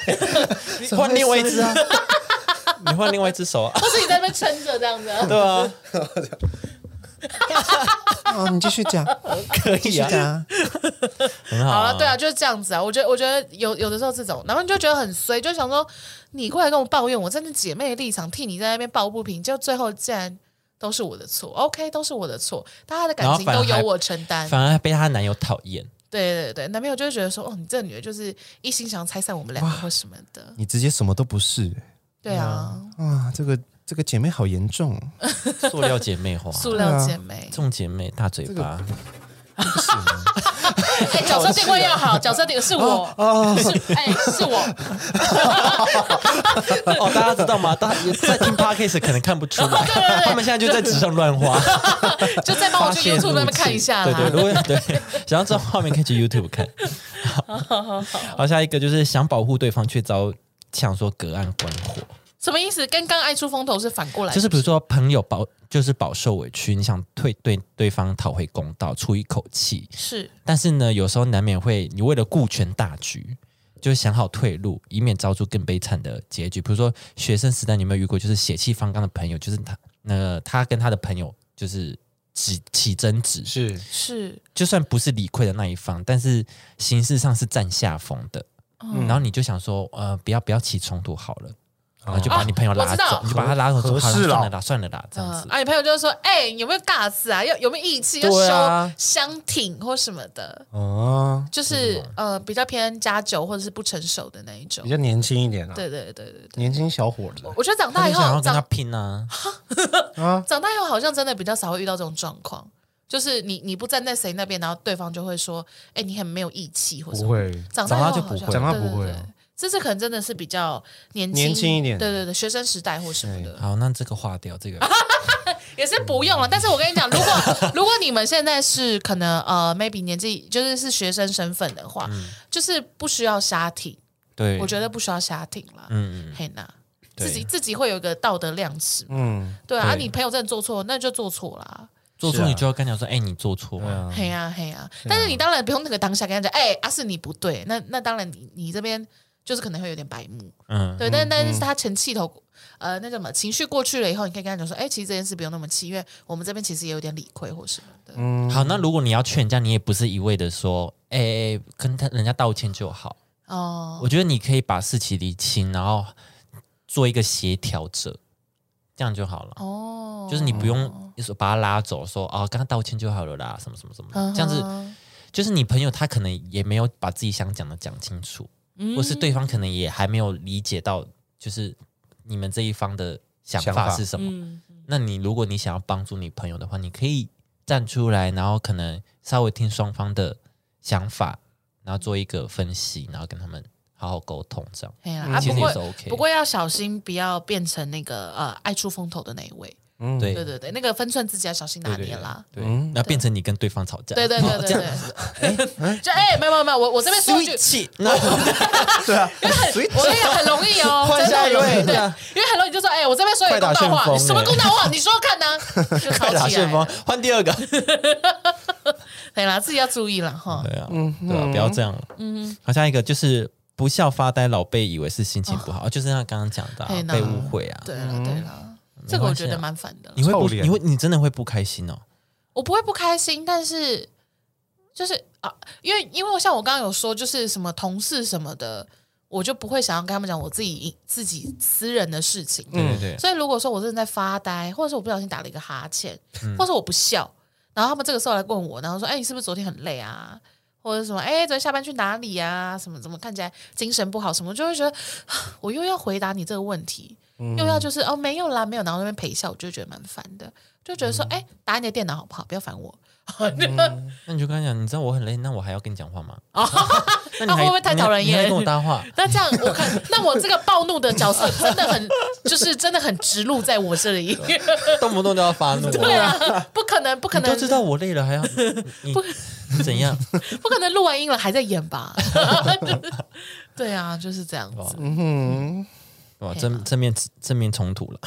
Speaker 3: 手
Speaker 1: 换
Speaker 3: 会
Speaker 1: 另外一
Speaker 3: 酸
Speaker 1: 只啊， 你换另外一只手啊，
Speaker 2: 不是你在那边撑着这样子，
Speaker 1: 对啊，
Speaker 3: 啊！你继续 讲，
Speaker 1: 可
Speaker 3: 继
Speaker 1: 以
Speaker 3: 续
Speaker 1: 啊，
Speaker 3: 讲，
Speaker 1: 很好
Speaker 2: 好了，对啊，就是这样子啊。我觉得，我觉得有有的时候这种，然后你就觉得很衰，就想说你过来跟我抱怨，我站在姐妹的立场替你在那边抱不平，就最后竟然都是我的错。OK，都是我的错，大家的感情
Speaker 1: 然
Speaker 2: 都
Speaker 1: 后反而
Speaker 2: 由
Speaker 1: 还
Speaker 2: 我承担。
Speaker 1: 反而被她男友讨厌。
Speaker 2: 对对对，男朋友就会觉得说，哦，你这个女的就是一心想要拆散我们两个或什么的。
Speaker 3: 你直接什么都不是、
Speaker 2: 对啊，
Speaker 3: 哇！这个这个姐妹好严重，
Speaker 1: 塑料姐妹花，
Speaker 2: 塑料姐妹，
Speaker 1: 这种姐妹大嘴巴，
Speaker 2: 哎，角色定位要好，角色定位是 我，是哎，是我，
Speaker 1: 哦，大家知道吗？大家在听 podcast 可能看不出来，他们现在就在纸上乱 画，
Speaker 2: 就再帮我
Speaker 1: 发
Speaker 2: 去
Speaker 1: 泄
Speaker 2: YouTube
Speaker 1: 怒
Speaker 2: 那边
Speaker 1: 气
Speaker 2: 看一下
Speaker 1: 对对，
Speaker 2: 啦。
Speaker 1: 如果对 想要知道画面，可以去 YouTube 看。好，好，下一个就是想保护对方，却遭呛说隔岸观火，
Speaker 2: 什么意思？跟刚爱出风头是反过来，
Speaker 1: 就是比如说朋友饱就是饱受委屈，你想退对对方讨回公道，出一口气，
Speaker 2: 是
Speaker 1: 但是呢，有时候难免会，你为了顾全大局，就想好退路，以免遭出更悲惨的结局。比如说学生时代，你有没有遇过就是血气方刚的朋友，就是他那、他跟他的朋友就是起起争执，
Speaker 3: 是
Speaker 2: 是，
Speaker 1: 就算不是理亏的那一方，但是
Speaker 2: 哦
Speaker 1: 形式上是占下风的。然后你就想说，呃，不要不要起冲突好了，然后就把你朋友拉
Speaker 2: 哦我知
Speaker 1: 走
Speaker 2: 道，
Speaker 1: 你就把他拉走，说
Speaker 3: 合
Speaker 1: 好了
Speaker 3: 适
Speaker 1: 算了
Speaker 3: 了
Speaker 1: 啦，算了啦，这样
Speaker 2: 嗯
Speaker 1: 子。
Speaker 2: 啊，你朋友就会说，哎、有没有尬死啊？要有没有义气？要
Speaker 1: 对啊
Speaker 2: 修相挺或什么的，
Speaker 3: 哦，
Speaker 2: 就是呃比较偏家酒或者是不成熟的那一种
Speaker 3: 比。较年轻一点啊，
Speaker 2: 对对对对对，
Speaker 3: 年轻小伙子
Speaker 2: 我觉得长
Speaker 1: 他
Speaker 2: 大以
Speaker 1: 就想要
Speaker 2: 后，
Speaker 1: 跟他
Speaker 2: 长
Speaker 1: 拼啊，
Speaker 3: 啊，
Speaker 2: 长大以后好像真的比较少会遇到这种状况，就是你你不站在谁那边，然后对方就会说，哎、你很没有义气，或者
Speaker 3: 不会，
Speaker 2: 长大
Speaker 1: 长
Speaker 2: 以后
Speaker 1: 大就
Speaker 2: 好
Speaker 1: 不
Speaker 2: 像
Speaker 1: 会
Speaker 3: 长大
Speaker 2: 对
Speaker 3: 不会
Speaker 2: 对对
Speaker 3: 啊
Speaker 2: 这次可能真的是比较年轻
Speaker 3: 年轻一点
Speaker 2: 对对对，学生时代或什么的。
Speaker 1: 好，那这个划掉，这
Speaker 2: 啊
Speaker 1: 个
Speaker 2: 也是不用了。但是我跟你讲，如果 如果你们现在是可能呃，maybe 年纪就是是学生身份的话，
Speaker 1: 嗯
Speaker 2: 就是不需要瞎挺，
Speaker 1: 对，
Speaker 2: 我觉得不需要瞎挺了。
Speaker 1: 嗯嗯，
Speaker 2: 嘿娜，
Speaker 1: 对
Speaker 2: 自己自己会有一个道德量尺，
Speaker 3: 嗯，
Speaker 2: 对啊，
Speaker 1: 对
Speaker 2: 啊你朋友真的做错，那就做错啦。
Speaker 1: 做
Speaker 3: 是
Speaker 1: 错
Speaker 3: 啊
Speaker 1: 你就要跟他讲说，哎，你做错
Speaker 3: 对
Speaker 1: 了，
Speaker 3: 啊，
Speaker 2: 嘿呀、嘿呀、但是你当然不用那个当下跟他讲，哎、啊是你不对，那那当然你你这边就是可能会有点白目，
Speaker 1: 嗯，
Speaker 2: 对，但但是他成气头，呃，那叫什么情绪过去了以后，你可以跟他讲说，哎、其实这件事不用那么气，因为我们这边其实也有点理亏或什么的，
Speaker 1: 好，那如果你要劝人家，你也不是一味的说，哎、哎跟他人家道歉就好。
Speaker 2: 哦、
Speaker 1: 我觉得你可以把事情理清，然后做一个协调者，这样就好了。
Speaker 2: 哦，
Speaker 1: 就是你不用一说把他拉走，说哦跟他道歉就好了啦，什么什么什么的，
Speaker 2: 嗯哼
Speaker 1: 这样子就是你朋友他可能也没有把自己想讲的讲清楚，
Speaker 2: 嗯
Speaker 1: 或是对方可能也还没有理解到，就是你们这一方的想
Speaker 3: 想
Speaker 1: 法
Speaker 3: 法
Speaker 1: 是什么。
Speaker 2: 嗯，
Speaker 1: 那你如果你想要帮助你朋友的话，你可以站出来，然后可能稍微听双方的想法，然后做一个分析，然后跟他们好好沟通，这样
Speaker 2: 哎呀，啊，
Speaker 1: 嗯其
Speaker 2: 不
Speaker 1: 实也
Speaker 2: 过
Speaker 1: 是 OK。
Speaker 2: 不过要小心，不要变成那个呃爱出风头的那一位。
Speaker 3: 嗯
Speaker 1: 对
Speaker 2: 对对对，那个分寸自己要小心拿
Speaker 1: 对哦
Speaker 2: 捏啦。
Speaker 1: 对
Speaker 3: 嗯，
Speaker 1: 那变成你跟对方吵架，
Speaker 2: 对对对对对， 就哎，没有没有没有，我我这边说一句，
Speaker 1: 气，那
Speaker 3: 对啊，
Speaker 2: 我跟你讲很容 易哦，
Speaker 3: 换
Speaker 2: 真的
Speaker 3: 下
Speaker 2: 很
Speaker 3: 一
Speaker 2: 容易
Speaker 3: 位
Speaker 2: 对
Speaker 3: 对啊，
Speaker 2: 因为很容易就说，哎，我这边说一个公
Speaker 3: 快打
Speaker 2: 道
Speaker 3: 旋
Speaker 2: 话，
Speaker 3: 风
Speaker 2: 你什么
Speaker 3: 哎
Speaker 2: 公道话？你说说 看呢？就吵
Speaker 1: 打
Speaker 2: 起来
Speaker 1: 旋风
Speaker 2: 了，，
Speaker 1: 啊换第二 个，
Speaker 2: 对啦，自己要注意了哈
Speaker 1: 对。啊，对啊，不要这样，嗯，好，下一个就是不笑发呆，老被以为是心情不好，哦就是像刚刚讲的啊
Speaker 2: 哦嘿呐
Speaker 1: 被误会啊，
Speaker 2: 对了对了，
Speaker 1: 嗯
Speaker 2: 这个我觉得蛮烦的啦。
Speaker 1: 你会不
Speaker 3: 臭脸
Speaker 1: 你会你真的会不开心哦，
Speaker 2: 我不会不开心，但是就是啊，因为因为我像我刚刚有说，就是什么同事什么的，我就不会想要跟他们讲我自己自己私人的事情。
Speaker 3: 嗯
Speaker 1: 对对对，
Speaker 2: 所以如果说我真的在发呆，或者是我不小心打了一个哈欠，
Speaker 1: 嗯
Speaker 2: 或者是我不笑，然后他们这个时候来问我，然后说：“哎，你是不是昨天很累啊？”或者什么，哎，昨天下班去哪里啊？什么怎么看起来精神不好？什么我就会觉得，啊我又要回答你这个问题，
Speaker 1: 嗯
Speaker 2: 又要就是哦没有啦没有，然后那边陪笑，我就觉得蛮烦的，就觉得
Speaker 1: 嗯
Speaker 2: 说，哎、打你的电脑好不好？不要烦我。
Speaker 1: 那你就跟他讲，你知道我很累，那我还要跟你讲话吗？ 那你
Speaker 2: 那
Speaker 1: 还
Speaker 2: 哦 会不会太讨人厌
Speaker 1: 你还你还跟我搭话，
Speaker 2: 那这样我看，那我这个暴怒的角色真的很，就是真的很直路在我这里。
Speaker 1: 动不动就要发怒，
Speaker 2: 对啊，不可能，不可
Speaker 1: 你
Speaker 2: 能
Speaker 1: 都知道我累了， 还要你你你怎样？
Speaker 2: 不可能录完音了还在演 吧？对啊，就是这样子。
Speaker 1: 哦
Speaker 3: 嗯，
Speaker 2: 哎
Speaker 1: 哇，正正面正面冲突了，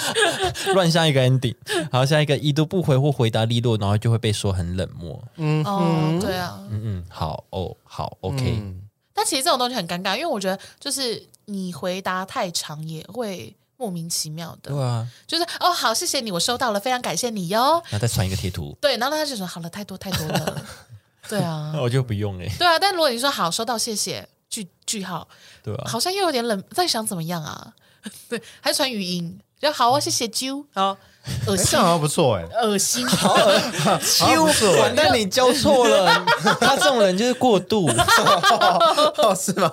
Speaker 1: 乱下一个 ending。好，下一个已读不回或回答利落，然后就会被说很冷漠。嗯
Speaker 2: 哦，对啊。
Speaker 1: 嗯，好哦，好，OK，、
Speaker 2: 嗯
Speaker 3: 嗯
Speaker 2: 但其实这种东西很尴尬，因为我觉得就是你回答太长也会莫名其妙
Speaker 1: 对
Speaker 2: 的，
Speaker 1: 啊，
Speaker 2: 就是哦，好，谢谢你，我收到了，非常感谢你哟。
Speaker 1: 然后再传一个贴图，
Speaker 2: 对，然后他就说好了，太多太多了。 对啊
Speaker 1: 那，我就不用哎、欸，
Speaker 2: 对啊。但如果你说好，收到，谢谢，句句号，
Speaker 1: 对吧、
Speaker 2: 好像又有点冷，在想怎么样啊？ 对，还传语音，就好啊，谢谢啾，好，恶
Speaker 3: 哎，
Speaker 2: 心
Speaker 3: 这样，
Speaker 1: 啊
Speaker 3: 好像不错哎，
Speaker 2: 恶心。
Speaker 1: 就完蛋，你教错了， 他这种人就是过度。
Speaker 3: 哦，是吗？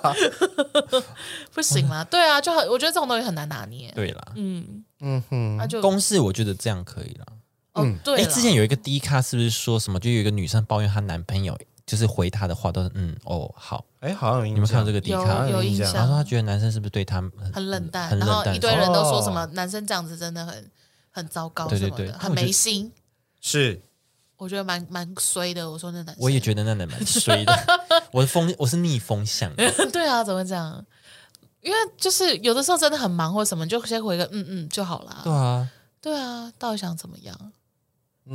Speaker 2: 不行啦，对啊，就很我觉得这种东西很难拿捏。
Speaker 1: 对啦，
Speaker 2: 嗯，
Speaker 3: 嗯哼，
Speaker 2: 那就
Speaker 1: 公式我觉得这样可以啦。
Speaker 2: 哦，对
Speaker 1: 哎，
Speaker 2: 啦
Speaker 1: 之前有一个低咖是不是说什么？就有一个女生抱怨她男朋友，就是回她的话都是嗯哦好，
Speaker 3: 哎，好像有印
Speaker 1: 你们看到这个
Speaker 3: 个，
Speaker 1: 低咖？
Speaker 2: 有有印
Speaker 3: 这样
Speaker 1: 然后说他
Speaker 2: 象，
Speaker 1: 觉得男生是不是对他很
Speaker 2: 很冷
Speaker 1: 嗯
Speaker 2: 淡，
Speaker 1: 很
Speaker 2: 然后
Speaker 1: 冷淡
Speaker 2: 一堆人都说
Speaker 3: 哦
Speaker 2: 什么男生这样子真的很很糟糕
Speaker 1: 对
Speaker 2: 什
Speaker 1: 对
Speaker 2: 么
Speaker 1: 对
Speaker 2: 的，
Speaker 1: 但
Speaker 2: 很
Speaker 1: 我觉得
Speaker 2: 没心。
Speaker 3: 是
Speaker 2: 我觉得蛮蛮衰的，我说那男生，
Speaker 1: 我也觉得那人蛮衰的。我的风我是逆风向，
Speaker 2: 得 对啊，怎么会这样？因为就是有的时候真的很忙或什么，你就先回个嗯嗯就好啦
Speaker 1: 对。啊，嗯
Speaker 2: 对啊，到底想怎么样？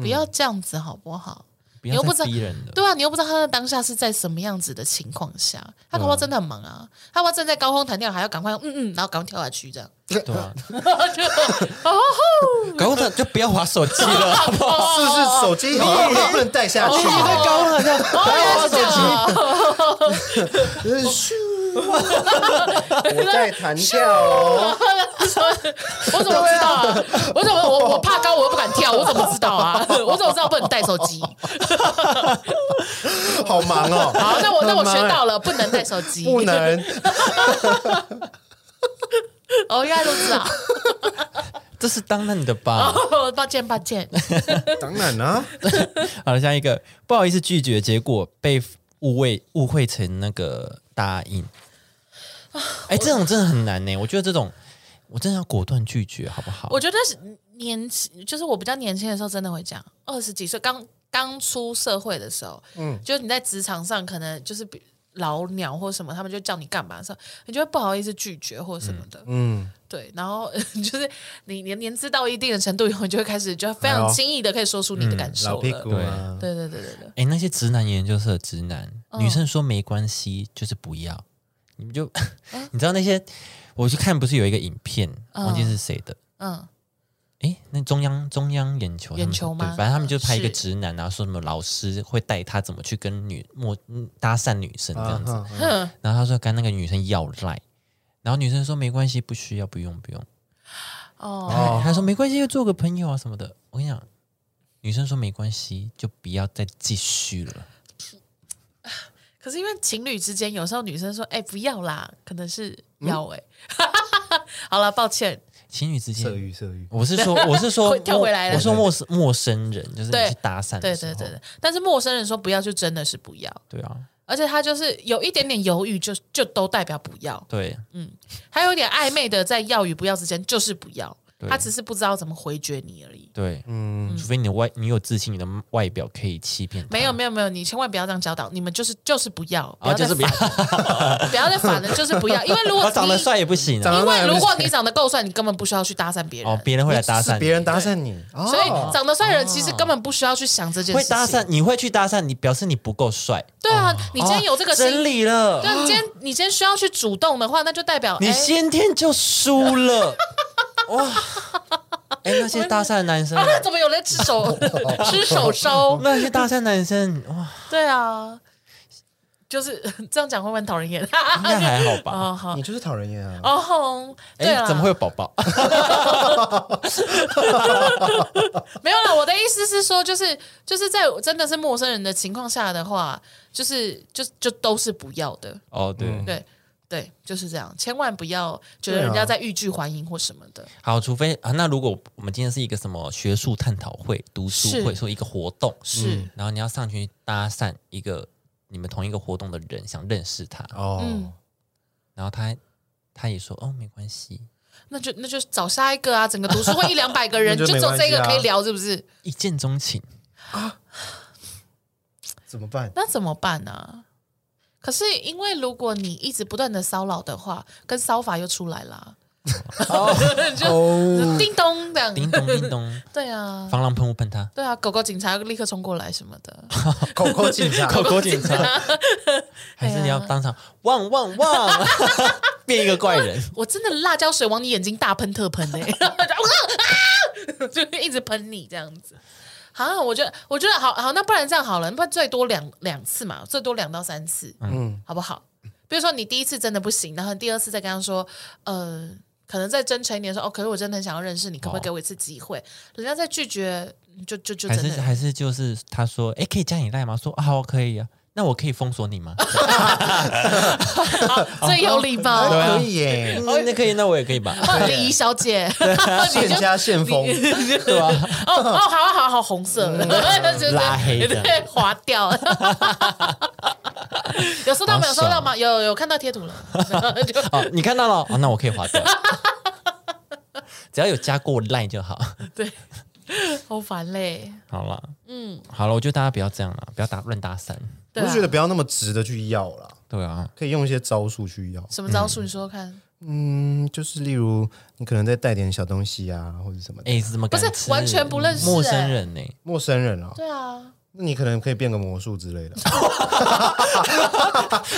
Speaker 2: 不要这样子好不好？
Speaker 1: 不
Speaker 2: 你
Speaker 1: 要
Speaker 2: 又不知
Speaker 1: 再
Speaker 2: 道
Speaker 1: 逼人了。
Speaker 2: 对啊，你又不知道他在当下是在什么样子的情况下，他恐怕真的很忙啊，他恐怕正在高空弹跳，还要赶快嗯嗯，然后赶快跳下去这样。
Speaker 1: 对啊，
Speaker 2: 就哦，
Speaker 1: 搞的就不要划手机了。
Speaker 3: 是不是手机
Speaker 2: 哦
Speaker 3: 好像不能带下去？
Speaker 1: 高了，
Speaker 2: 原来是这样哦
Speaker 3: 呃 就是咻，我在弹跳哦，
Speaker 2: 我怎么知道啊？我怎么我我怕高，我又不敢跳，我怎么知道啊？我怎么知道不能带手机？
Speaker 3: 好忙哦。
Speaker 2: 好，那我那我
Speaker 3: 忙
Speaker 2: 学
Speaker 3: 哎
Speaker 2: 到了，不能带手机。
Speaker 3: 不能，
Speaker 2: 哦，原来如 此啊！
Speaker 1: 这是当然的吧？
Speaker 2: 哦，抱歉抱歉，
Speaker 3: 当然啊 啦、
Speaker 1: 好了，下一个，不好意思拒绝，结果被误会误会成那个答应。
Speaker 2: 啊
Speaker 1: 哎，这种真的很难呢、我觉得这种我真的要果断拒绝，好不好？
Speaker 2: 我觉得是年轻，就是我比较年轻的时候，真的会这样。二十几岁刚刚出社会的时候，嗯，就是你在职场上可能就是比老鸟或什么，他们就叫你干嘛的时候，你就会不好意思拒绝或什么的，
Speaker 3: 嗯，
Speaker 2: 对。然后 就是你年年资到一定的程度以后，你就会开始就非
Speaker 3: 哎
Speaker 2: 常
Speaker 3: 呦
Speaker 2: 轻易的可以说出你的感受
Speaker 3: 老屁
Speaker 2: 了。
Speaker 3: 股啊，
Speaker 2: 对对对对对，
Speaker 1: 哎，那些直男研究社的直男，
Speaker 2: 嗯
Speaker 1: 女生说没关系，就是不要，你们就
Speaker 2: 嗯
Speaker 1: 你知道那些，我去看不是有一个影片，忘记是谁的，
Speaker 2: 嗯，
Speaker 1: 哎，那中央中央眼球他们
Speaker 2: 眼球吗呃
Speaker 1: 对，反正他们就拍一个
Speaker 2: 是
Speaker 1: 直男，然后说什么老师会带他怎么去跟女陌嗯搭讪女生这样子，
Speaker 3: 啊哈
Speaker 2: 嗯哼，
Speaker 1: 然后他说跟那个女生要赖，然后女生说没关系，不需要，不用不用，
Speaker 2: 哦，
Speaker 1: 他他说没关系，就做个朋友啊什么的。我跟你讲，女生说没关系，就不要再继续了。
Speaker 2: 可是因为情侣之间有时候女生说，哎，不要啦，可能是要哎、 好了，抱歉，
Speaker 1: 情侣之
Speaker 3: 色
Speaker 1: 间，
Speaker 3: 欲色欲，
Speaker 1: 我是 说我是说
Speaker 2: 会跳回来了
Speaker 1: 我我说陌生陌生人，就是你
Speaker 2: 对
Speaker 1: 去搭讪
Speaker 2: 对
Speaker 1: 的时候，
Speaker 2: 对对对，但是陌生人说不要，就真的是不要，
Speaker 1: 对啊，
Speaker 2: 而且他就是有一点点犹豫就，就都代表不要，
Speaker 1: 对
Speaker 2: 还有一点暧昧的在要与不要之间就是不要，
Speaker 1: 对
Speaker 2: 他只是不知道怎么回绝你而已。
Speaker 1: 对，
Speaker 3: 嗯，
Speaker 1: 除非你的外你有自信，你的外表可以欺骗他，
Speaker 2: 没有没有没有，你千万不要这样教导，你们就是就是不要，不
Speaker 1: 啊，
Speaker 2: 要
Speaker 1: 嗯就
Speaker 2: 再
Speaker 1: 是
Speaker 2: 烦
Speaker 1: 不要，
Speaker 2: 不要再烦了，就是不要，因为如 果
Speaker 1: 我长得
Speaker 2: 你
Speaker 1: 帅也不行啊，
Speaker 3: 长得
Speaker 2: 因
Speaker 3: 帅
Speaker 2: 为
Speaker 3: 不
Speaker 2: 如果你长得够帅，你根本不需要去搭讪别人。
Speaker 1: 哦，别人会来搭
Speaker 3: 是
Speaker 1: 讪
Speaker 3: 别人
Speaker 1: 你
Speaker 3: 搭讪你，哦
Speaker 2: 所以长得帅的人其实根本不需要去想这件事
Speaker 1: 会
Speaker 2: 情。
Speaker 1: 搭讪，你会去搭讪，你表示你不够帅，
Speaker 2: 对啊，你今天有这个
Speaker 1: 哦
Speaker 2: 心，
Speaker 1: 真理了，
Speaker 2: 对，你今天你今天需要去主动的话，那就代表
Speaker 1: 你
Speaker 2: 哎
Speaker 1: 先天就输 了，哇！哎，那些搭讪的男生
Speaker 2: 啊，，怎么有人吃 手吃手烧？
Speaker 1: 那些搭讪的男生，哇，
Speaker 2: 对啊，就是 这样讲会不会很讨人厌？
Speaker 1: 应该还好吧？
Speaker 2: 哦好
Speaker 3: 你就是讨人厌啊，
Speaker 2: 哦吼，对啊
Speaker 1: 哎，
Speaker 2: 了，
Speaker 1: 怎么会有宝宝？
Speaker 2: 没有了？我的意思是说，就是就是在真的是陌生人的情况下的话，就是就就都是不要的，
Speaker 1: 哦，对，
Speaker 2: 对。对，就是这样，千万不要觉得
Speaker 3: 对啊
Speaker 2: 人家在欲拒还迎或什么的。
Speaker 1: 好，除非啊，那如果我们今天是一个什么学术探讨会、读书
Speaker 2: 是
Speaker 1: 会，说一个活动，
Speaker 2: 是
Speaker 1: 嗯然后你要上去搭讪一个你们同一个活动的人，想认识他，
Speaker 3: 哦
Speaker 2: 嗯，
Speaker 1: 然后他他也说哦，没关系，
Speaker 2: 那就那就找下一个啊！整个读书会一两百个人，
Speaker 3: 那
Speaker 2: 就
Speaker 3: 就
Speaker 2: 只
Speaker 3: 没
Speaker 2: 有这个
Speaker 3: 关系啊
Speaker 2: 可以聊，是不是？
Speaker 1: 一见钟情，
Speaker 3: 怎么 办？
Speaker 2: 那怎么办呢、可是因为如果你一直不断的骚扰的话，跟骚法又出 来啦， 就
Speaker 3: 哦，
Speaker 2: 叮咚这样。
Speaker 1: 叮 咚叮咚，
Speaker 2: 对啊，
Speaker 1: 防狼喷雾喷 他，
Speaker 2: 对啊，狗狗警察立刻冲过来什么的。
Speaker 3: 狗狗警 察，
Speaker 1: 狗狗警察，还
Speaker 2: 啊
Speaker 1: 是你要当场汪汪汪， 变一个怪人，
Speaker 2: 我真的辣椒水往你眼睛大喷特喷嘞、欸，然后就啊， 就一直喷你这样子。啊，我觉得，我觉得好好，那不然这样好了，不然最多两两次嘛，最多两到三次，嗯，好不好？比如说你第一次真的不行，然后第二次再跟他说，呃，可能再真诚一点说，哦，可是我真的很想要认识你，可不可以给我一次机会？人家再拒绝，就就 就
Speaker 1: 还
Speaker 2: 真
Speaker 1: 是
Speaker 2: 的
Speaker 1: 还是就是他说，哎，可以加你赖吗？说啊，好，可以啊，那我可以封锁你 吗？
Speaker 2: 好最有礼
Speaker 1: 哦
Speaker 3: 还
Speaker 2: 貌，
Speaker 3: 可以
Speaker 2: 啊
Speaker 3: 耶，
Speaker 1: 嗯那可以，那我也可以吧？
Speaker 2: 礼仪小姐， 你
Speaker 3: 现
Speaker 2: 就
Speaker 3: 加现封，
Speaker 1: 对吧？
Speaker 2: 哦哦，好啊好啊好，红色， 就是
Speaker 1: 拉黑这样
Speaker 2: 对，划掉。 有收到吗？
Speaker 1: 好
Speaker 2: 有收
Speaker 1: 爽
Speaker 2: 到吗？有有看到贴图了， 就
Speaker 1: 哦，你看到了，哦、那我可以划 掉。只要有加过 line 就好。
Speaker 2: 好烦嘞。
Speaker 1: 好了，嗯，好了，我觉得大家不要这样了，不要打乱搭讪。
Speaker 2: 对
Speaker 3: 我
Speaker 2: 啊
Speaker 3: 觉，得不要那么直的去要啦，
Speaker 1: 对啊，
Speaker 3: 可以用一些招数去要，
Speaker 2: 什么招数？你说说看，
Speaker 3: 嗯，就是例如你可能再带点小东西啊，或者什么的，
Speaker 1: 哎，是怎么敢
Speaker 2: 不是
Speaker 1: 吃
Speaker 2: 完全不认识欸
Speaker 1: 陌生人欸呢、
Speaker 3: 陌生人啊，
Speaker 2: 对啊，
Speaker 3: 那你可能可以变个魔术 之类的，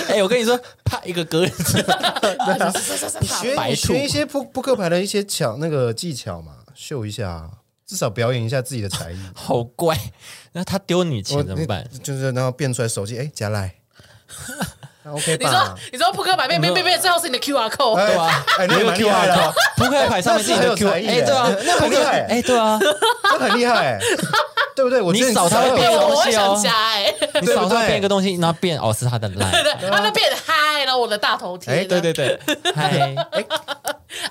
Speaker 1: 哎、我跟你说，啪一个鸽子，
Speaker 2: 哎
Speaker 3: 学
Speaker 1: 白兔
Speaker 3: 学一些扑扑克牌的一些巧那个技巧嘛，秀一下啊，至少表演一下自己的才艺。
Speaker 1: 好怪。那他丢你
Speaker 3: 我
Speaker 1: 钱怎么办？
Speaker 3: 就是然后变出来手机，哎，加来，那 OK
Speaker 2: 你说
Speaker 3: 吧？
Speaker 2: 你说扑克牌变变变变，最后是你的 QR code，
Speaker 1: 对啊
Speaker 3: 哎，那
Speaker 1: 你
Speaker 3: 也
Speaker 1: 有
Speaker 3: 蛮厉
Speaker 1: QR
Speaker 3: 害的哦，
Speaker 1: 扑克牌上面是你的
Speaker 3: 那是
Speaker 1: Q，
Speaker 3: 很有才艺
Speaker 1: 哎，对啊，
Speaker 3: 欸那很厉害
Speaker 1: 哎，对啊，
Speaker 3: 这很厉害、对不对？我
Speaker 1: 你
Speaker 3: 觉得
Speaker 1: 扫他会
Speaker 3: 扫
Speaker 1: 变
Speaker 3: 有
Speaker 1: 成
Speaker 2: 我会想加哎、
Speaker 1: 你
Speaker 3: 对不
Speaker 1: 手上
Speaker 3: 对
Speaker 1: 变一个东西，然后变哦是他的 line，
Speaker 2: 对，他就变得嗨，然后我的大头贴，
Speaker 3: 哎对
Speaker 1: 对对，嗨，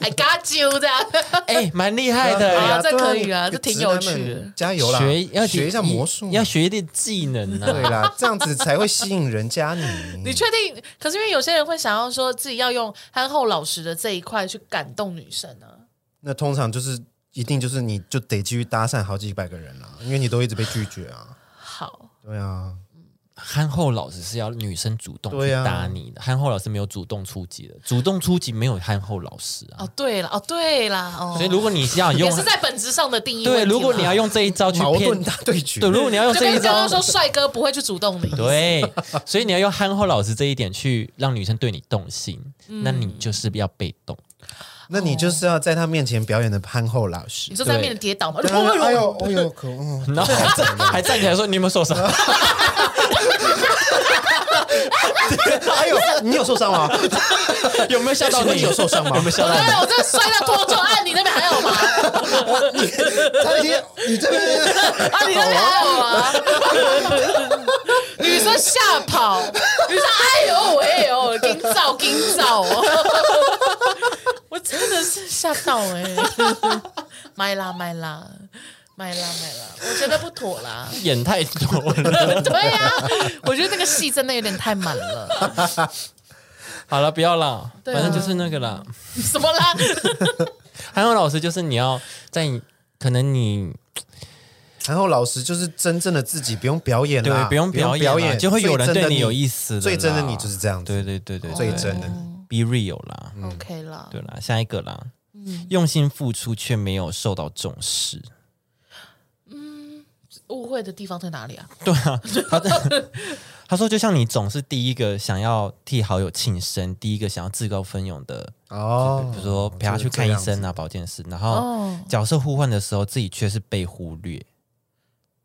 Speaker 2: ，I got you 这样，
Speaker 1: 哎，蛮厉害
Speaker 3: 对
Speaker 1: 的
Speaker 2: 啊。
Speaker 3: 呀
Speaker 2: 这可以
Speaker 3: 对
Speaker 2: 啊这挺有趣的
Speaker 3: 直男们加油啦！
Speaker 1: 学要
Speaker 3: 学一下魔术，
Speaker 1: 要学一点技能
Speaker 3: 对
Speaker 1: 啊。
Speaker 3: 啦，这样子才会吸引人加你。
Speaker 2: 你确定？可是因为有些人会想要说自己要用憨厚老实的这一块去感动女生啊呢、
Speaker 3: 那通常就是一定就是你就得继续搭讪好几百个人啦，啊因为你都一直被拒绝啊。
Speaker 2: 好，
Speaker 3: 对啊，
Speaker 1: 憨厚老师是要女生主动去
Speaker 3: 对啊
Speaker 1: 打你的，憨厚老师没有主动出击的，主动出击没有憨厚老师啊。
Speaker 2: 哦，对了，哦，对啦，哦，
Speaker 1: 所以如果你要用
Speaker 2: 也是在本质上的定义问
Speaker 1: 对，
Speaker 2: 题啦。
Speaker 1: 如果你要用这一招去
Speaker 3: 矛
Speaker 1: 骗
Speaker 3: 盾，大对决。
Speaker 1: 对，如果你要用
Speaker 2: 就
Speaker 1: 这
Speaker 2: 跟
Speaker 1: 一
Speaker 2: 刚
Speaker 1: 招
Speaker 2: 刚，说帅哥不会去主动的意思，
Speaker 1: 对，所以你要用憨厚老师这一点去让女生对你动心，那你就是要被动。
Speaker 3: 那你就是要在他面前表演的憨厚老实
Speaker 2: 你。说在面前跌倒嘛，就
Speaker 3: 然后
Speaker 2: 砰
Speaker 3: 哎呦，哎呦，可恶！
Speaker 1: 然后还站还站起来说你有没有受伤？
Speaker 3: 哎呦，你有受伤吗？
Speaker 1: 有 没有吓到
Speaker 3: 请问
Speaker 1: 你？
Speaker 3: 你有受伤吗
Speaker 1: 有没有吓到
Speaker 2: 哎
Speaker 1: 你？
Speaker 2: 呦，我真的摔到脱臼，啊，你那边还有吗？
Speaker 3: 他 已经，你这 边
Speaker 2: 啊，你那边还有吗？女生吓跑，女生哎呦喂呦，惊躁惊躁哦！我真的是吓到哎、 买啦买啦买啦买啦，我觉得不妥啦。
Speaker 1: 演太多了。
Speaker 2: 对呀、我觉得那个戏真的有点太满了。
Speaker 1: 好了，不要啦，
Speaker 2: 对
Speaker 1: 反
Speaker 2: 啊
Speaker 1: 正就是那个啦。
Speaker 2: 什么啦？
Speaker 1: 韩文老师就是你要在你可能你
Speaker 3: 憨厚老实就是真正的自己，不用表演
Speaker 1: 对
Speaker 3: 啦，
Speaker 1: 不用表
Speaker 3: 表
Speaker 1: 演啦，就会有人
Speaker 3: 最
Speaker 1: 对
Speaker 3: 真的
Speaker 1: 你
Speaker 3: 你
Speaker 1: 有意思的。
Speaker 3: 最真的你就是这样子，
Speaker 1: 对对对对，对
Speaker 3: 最真的你。
Speaker 1: be real 啦，
Speaker 2: OK 啦，
Speaker 1: 对啦，下一个啦，
Speaker 2: 嗯
Speaker 1: 用心付出却没有受到重视。
Speaker 2: 误会的地方在哪里啊？
Speaker 1: 对啊，他 他说就像你总是第一个想要替好友庆生，第一个想要自告奋勇的
Speaker 3: 哦
Speaker 1: 比如说陪他去看医生啊、保健室，然后
Speaker 2: 哦
Speaker 1: 角色互换的时候，自己却是被忽略。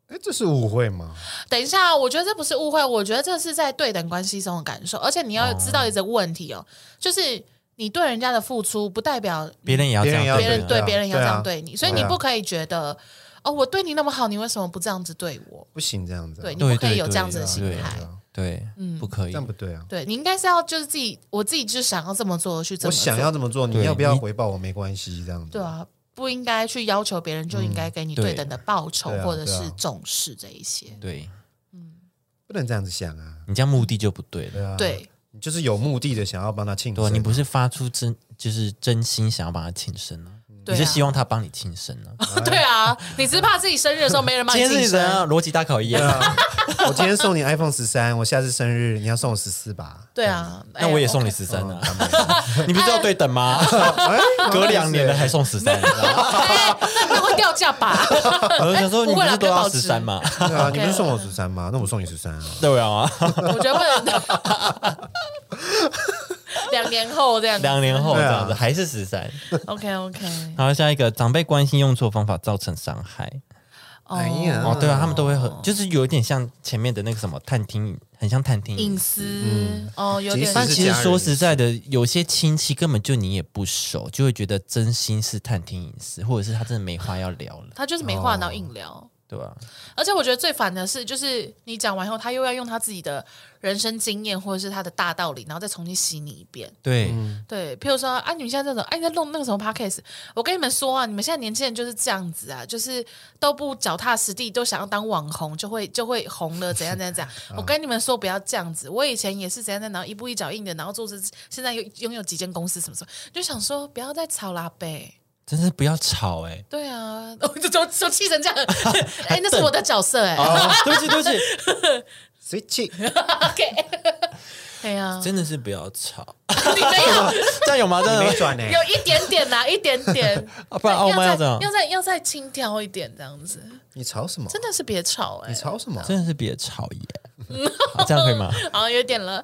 Speaker 3: 哎，这是误会吗？
Speaker 2: 等一下，我觉得这不是误会，我觉得这是在对等关系中的感受，而且你要知道一个问题哦，就是你对人家的付出，不代表
Speaker 1: 别人也要这样
Speaker 3: 别人也要
Speaker 1: 对啊
Speaker 2: 别人对
Speaker 3: 对啊
Speaker 2: 别人要这样
Speaker 3: 对啊
Speaker 2: 对你，所以你
Speaker 3: 对啊
Speaker 2: 不可以觉得哦，我对你那么好，你为什么不这样子对我？
Speaker 3: 不行，这样子啊，
Speaker 2: 对，你
Speaker 1: 对
Speaker 2: 不可以
Speaker 1: 对
Speaker 2: 有
Speaker 1: 对
Speaker 2: 这样子的心
Speaker 1: 对
Speaker 2: 态。
Speaker 1: 对，
Speaker 2: 嗯
Speaker 1: 不可
Speaker 3: 这
Speaker 1: 以。
Speaker 3: 样不对啊。
Speaker 2: 对你应该是要就是自己，我自己就是想要这么做，去这
Speaker 3: 我
Speaker 2: 么做
Speaker 3: 想要这么做，你
Speaker 1: 对
Speaker 3: 要不要
Speaker 1: 你
Speaker 3: 回报我没关系，这样子。
Speaker 2: 对啊，不应该去要求别人就应该给你
Speaker 1: 嗯对
Speaker 2: 对等的报酬
Speaker 3: 对啊
Speaker 2: 或者
Speaker 3: 对
Speaker 2: 是
Speaker 3: 啊
Speaker 2: 重视这一些。
Speaker 1: 对
Speaker 3: 不能这样子想啊，
Speaker 1: 你这样目的就不对了。
Speaker 3: 对啊，，
Speaker 2: 对，
Speaker 3: 你就是有目的的想要帮他庆
Speaker 1: 对啊，
Speaker 3: 生，
Speaker 1: 你不是发出真就是真心想要帮他庆生啊，
Speaker 2: 对
Speaker 1: 你
Speaker 2: 啊
Speaker 1: 是希望他帮你庆生啊。
Speaker 2: 对啊，你只是怕自己生日的时候没人帮
Speaker 1: 今
Speaker 2: 你
Speaker 1: 天是
Speaker 2: 庆
Speaker 1: 你
Speaker 2: 生
Speaker 1: 的。啊逻辑大考验，
Speaker 3: 我今天送你 iPhone 十三，我下次生日你要送我十四吧？
Speaker 2: 对啊，
Speaker 1: 那我也送
Speaker 2: 你。
Speaker 1: 你十三
Speaker 3: 哦
Speaker 1: 啊！ 你不是要对等吗？
Speaker 3: 哎
Speaker 1: 隔两年了还送十三， 啊
Speaker 2: 哎那那会掉价 吧？
Speaker 1: 我就想说
Speaker 2: 不
Speaker 1: 你不
Speaker 2: 会啦
Speaker 1: 是都
Speaker 2: 不要
Speaker 1: 要
Speaker 2: 保持
Speaker 1: 十三吗？
Speaker 3: 对啊，你不是送我十三
Speaker 2: 哦
Speaker 3: 吗？那我送你十三啊。
Speaker 1: 对啊，
Speaker 2: 我觉得不能。两年后这样
Speaker 1: 两哎年后这
Speaker 3: 对啊
Speaker 1: 样子还是十三。
Speaker 2: ，OK OK。
Speaker 1: 好，下一个长辈关心用错方法造成伤害。
Speaker 3: 哎呀
Speaker 1: 哦，对啊，他们都会很，就是有一点像前面的那个什么探听，很像探听
Speaker 2: 隐。私、哦，有点
Speaker 3: 其
Speaker 1: 但
Speaker 3: 实
Speaker 1: 嗯其实说实在的，有些亲戚根本就你也不熟，就会觉得真心是探听隐私，或者是他真的没话要聊了，
Speaker 2: 他就是没
Speaker 1: 哦
Speaker 2: 话脑硬聊。
Speaker 1: 对吧、
Speaker 2: 而且我觉得最烦的是，就是你讲完后，他又要用他自己的人生经验或者是他的大道理，然后再重新洗你一遍。
Speaker 1: 对，
Speaker 3: 嗯
Speaker 2: 对，譬如说啊，你们现在这种，哎、啊，你在弄那个什么 podcast，我跟你们说啊，你们现在年轻人就是这样子啊，就是都不脚踏实地，都想要当网红，就会就会红了，怎样怎样怎样。我跟你们说不要这样子，我以前也是怎样怎样，然后一步一脚印的，然后做这，现在又拥有几间公司什么什么，就想说不要再吵啦呗。
Speaker 1: 真是不要吵哎、欸
Speaker 2: 对啊， 我就就就气成这样， 哎、那是我的角色哎、
Speaker 3: 哦
Speaker 1: 对不起，对不起，
Speaker 3: 谁 气？
Speaker 2: 对呀、
Speaker 1: 真的是不要吵，
Speaker 2: 你没有
Speaker 1: 这样有吗？真
Speaker 3: 你
Speaker 1: 的
Speaker 3: 没
Speaker 1: 吗
Speaker 3: 转呢？欸
Speaker 2: 有一点点 啦，一点点，
Speaker 1: 啊不然傲慢要
Speaker 2: 要
Speaker 1: 这
Speaker 2: 再
Speaker 1: 样，
Speaker 2: 要再要再轻佻一点这样子，
Speaker 3: 你吵什么？
Speaker 2: 真的是别吵哎、
Speaker 3: 你吵什么？
Speaker 1: 真的是别吵耶， 好这样可以吗？
Speaker 2: 好像有点了。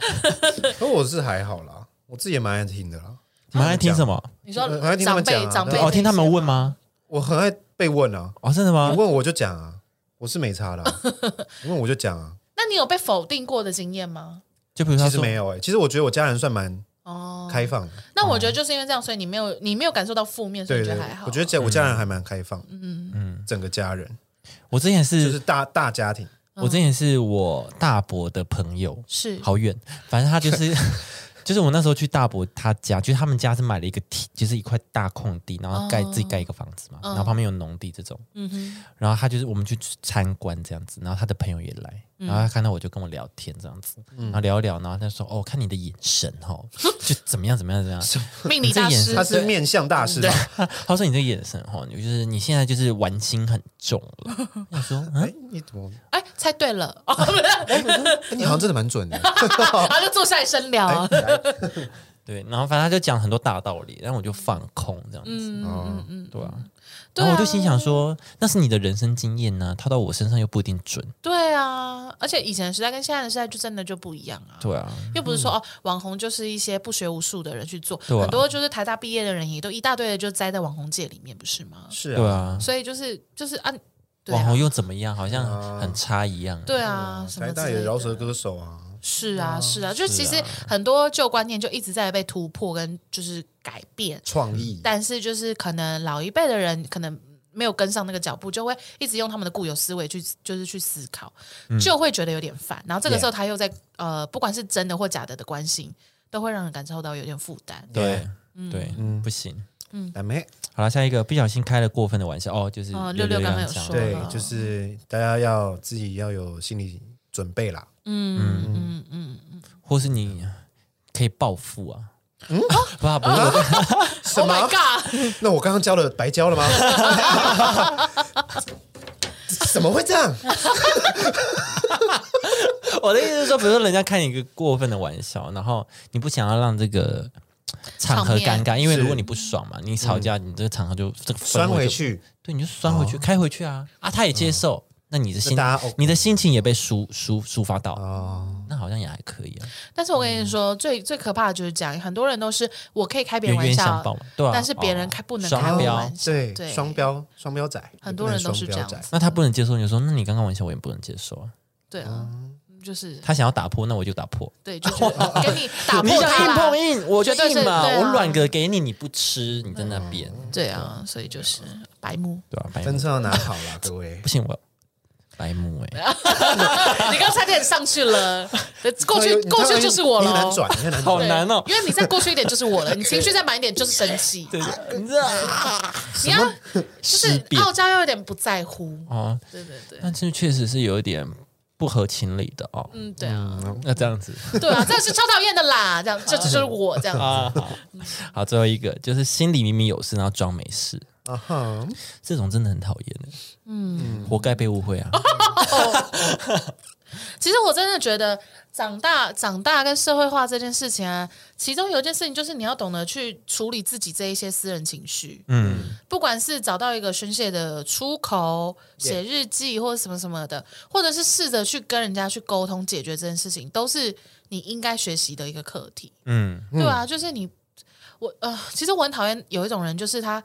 Speaker 3: 可我是还好啦，我自己也蛮爱听的啦。
Speaker 1: 你们爱听什么？
Speaker 2: 你说
Speaker 3: 我还听
Speaker 2: 长
Speaker 3: 他们
Speaker 2: 辈
Speaker 3: 讲啊
Speaker 2: 长辈
Speaker 3: 对
Speaker 1: 哦，听他们问吗？
Speaker 3: 我很爱被问啊，
Speaker 1: 哦，真的吗
Speaker 3: 你？问我就讲啊，我是没差啦。你问我就讲啊，
Speaker 2: 那你有被否定过的经验吗？
Speaker 1: 就比如说他
Speaker 3: 其实
Speaker 1: 说
Speaker 3: 没有哎、其实我觉得我家人算蛮
Speaker 2: 哦，
Speaker 3: 开放。
Speaker 2: 那我觉得就是因为这样，所以你没有你没有感受到负面，所以
Speaker 3: 对
Speaker 2: 你觉
Speaker 3: 对
Speaker 2: 得还，好。啊
Speaker 3: 我觉得家我家人还蛮开放，嗯嗯，整个家人
Speaker 1: 我之前是，
Speaker 3: 就是大大家庭，
Speaker 1: 我之前是我大伯的朋友，
Speaker 2: 是
Speaker 1: 好远，反正他就是 就是我那时候去大伯他家，就是他们家是买了一个地，就是一块大空地，然后盖、自己盖一个房子嘛，
Speaker 3: 哦
Speaker 1: 然后旁边有农地这种，
Speaker 3: 嗯
Speaker 1: 然后他就是我们就去参观这样子，然后他的朋友也来。
Speaker 3: 嗯
Speaker 1: 然后他看到我就跟我聊天这样子，然后聊一聊，然后他说：“哦，看你的眼神 哦，就怎么样怎么样怎么样。”
Speaker 2: 命理大
Speaker 1: 你这眼
Speaker 2: 师
Speaker 1: 神
Speaker 3: 他是面向大师吧，
Speaker 1: 他说：“你这个眼神哦，你就是你现在就是玩心很重了。”我说：“嗯，
Speaker 3: 哎，你怎么？
Speaker 2: 哎，猜对 了 哦，不是，
Speaker 3: 哎你好像真的蛮准的。
Speaker 2: 然后就坐下来深聊啊。
Speaker 3: 哎
Speaker 1: 对。”然后反正他就讲很多大道理，然后我就放空这样子。
Speaker 3: 哦，
Speaker 1: 对啊，
Speaker 2: 嗯对
Speaker 1: 然后我就
Speaker 2: 啊
Speaker 1: 心想说，那是你的人生经验呢、套到我身上又不一定准。
Speaker 2: 对啊，而且以前的时代跟现在的时代就真的就不一样啊。
Speaker 1: 对啊，
Speaker 2: 又不是说、哦，网红就是一些不学无术的人去做，
Speaker 1: 对啊
Speaker 2: 很多就是台大毕业的人也都一大堆的就栽在网红界里面，不是吗？
Speaker 3: 是
Speaker 1: 对
Speaker 3: 啊，
Speaker 1: 啊，
Speaker 2: 所以就是就是啊，对
Speaker 1: 网红
Speaker 2: 啊，
Speaker 1: 又怎么样？好像很差一样。
Speaker 2: 对啊，什
Speaker 3: 台
Speaker 2: 么之
Speaker 3: 大
Speaker 2: 类
Speaker 3: 也
Speaker 2: 的
Speaker 3: 饶舌歌手啊，
Speaker 2: 是啊，是啊，就是其实
Speaker 1: 啊
Speaker 2: 很多旧观念就一直在被突破跟就是改变，
Speaker 3: 创意
Speaker 2: 但是就是可能老一辈的人可能没有跟上那个脚步，就会一直用他们的固有思维去就是去思考，就会觉得有点烦。然后这个时候他又在呃，不管是真的或假的的关心，都会让人感受到有点负担。
Speaker 1: 对
Speaker 2: 嗯
Speaker 1: 对，不行。
Speaker 3: 哎没
Speaker 1: 好了，下一个不小心开了过分的玩笑哦，就是
Speaker 2: 哦
Speaker 1: 六
Speaker 2: 六六
Speaker 1: 刚
Speaker 2: 刚刚有
Speaker 1: 讲
Speaker 2: 说
Speaker 1: 的，
Speaker 3: 对
Speaker 2: 了，
Speaker 3: 就是大家要自己要有心理准备啦。
Speaker 2: 嗯嗯嗯，
Speaker 1: 或是你可以暴富啊。 不啊，不是，
Speaker 3: 什
Speaker 2: Oh
Speaker 3: 么
Speaker 2: my god！
Speaker 3: 那我刚刚教了白教了吗？怎么会这样？
Speaker 1: 我的意思是说，比如说人家开你一个过分的玩笑，然后你不想要让这个场合尴
Speaker 2: 面
Speaker 1: 尬，因为
Speaker 3: 是
Speaker 1: 如果你不爽嘛，你吵架，你这个场合就这个氛
Speaker 3: 拴
Speaker 1: 围
Speaker 3: 回
Speaker 1: 就
Speaker 3: 去，
Speaker 1: 对，你就拴回去，开回去
Speaker 2: 嗯
Speaker 1: 啊啊，他也接受，那你的心
Speaker 3: 那大家 OK
Speaker 1: 你的心情也被抒抒抒发到，
Speaker 3: 哦，
Speaker 1: 那好像也还可以啊，
Speaker 2: 但是我跟你
Speaker 3: 嗯
Speaker 2: 说，最最可怕的就是这样，很多人都是我可以开别
Speaker 1: 冤
Speaker 2: 人玩
Speaker 1: 冤相
Speaker 2: 笑，
Speaker 1: 报嘛，对啊，
Speaker 2: 但是别
Speaker 1: 哦
Speaker 2: 人开不能
Speaker 1: 双
Speaker 2: 开我
Speaker 1: 标
Speaker 2: 玩笑，
Speaker 3: 对，
Speaker 2: 对
Speaker 3: 双标，双标仔，
Speaker 2: 很多人都是这样
Speaker 3: 也不能双标仔
Speaker 2: 子
Speaker 1: 那他不能接受，你就说那你刚刚玩笑我也不能接受啊，
Speaker 2: 对啊，
Speaker 3: 哦
Speaker 2: 就是
Speaker 1: 他想要打破，那我就打破。
Speaker 2: 对， 就觉得给你打
Speaker 1: 你
Speaker 2: 破
Speaker 1: 想
Speaker 2: 它
Speaker 1: 硬
Speaker 2: 啦
Speaker 1: 碰硬，我
Speaker 2: 绝对
Speaker 1: 硬
Speaker 2: 是
Speaker 1: 嘛，
Speaker 2: 对啊
Speaker 1: 我软个给你，你不吃，你在那边，
Speaker 2: 对啊，所以就是白目。
Speaker 1: 对啊，白
Speaker 3: 分
Speaker 1: 目，
Speaker 3: 寸要拿好啦，各位
Speaker 1: 不。信我白目哎，
Speaker 2: 你刚差点上去了， 过去
Speaker 3: 你看
Speaker 2: 过去就是我
Speaker 3: 你很
Speaker 2: 了
Speaker 3: 难
Speaker 2: 哦。
Speaker 3: 转，你很难
Speaker 1: 好
Speaker 2: 对
Speaker 3: 转。
Speaker 1: 难哦。
Speaker 2: 因为你再过去一点就是我了，你情绪再满一点就是生 气，
Speaker 1: 啊对，你知道
Speaker 2: 你要就是
Speaker 1: 变
Speaker 2: 傲娇又有点不在乎，
Speaker 1: 哦，
Speaker 2: 对对对，
Speaker 1: 但是确实是有一点不合情理的哦。
Speaker 2: 嗯对啊，
Speaker 1: 那这样子
Speaker 2: 对啊，这个是超讨厌的啦，这样这就是我这样子，
Speaker 1: 啊，好 好，最后一个就是心里明明有事，然后装没事，
Speaker 3: 啊哈，
Speaker 1: 这种真的很讨厌的。嗯，活该被误会啊。
Speaker 2: 其实我真的觉得长大、长大跟社会化这件事情啊，其中有一件事情就是你要懂得去处理自己这一些私人情绪，
Speaker 1: 嗯，
Speaker 2: 不管是找到一个宣泄的出口，写日记或者什么什么的，或者是试着去跟人家去沟通解决这件事情，都是你应该学习的一个课题。
Speaker 1: 嗯，
Speaker 2: 对啊，就是你，我呃，其实我很讨厌有一种人，就是他。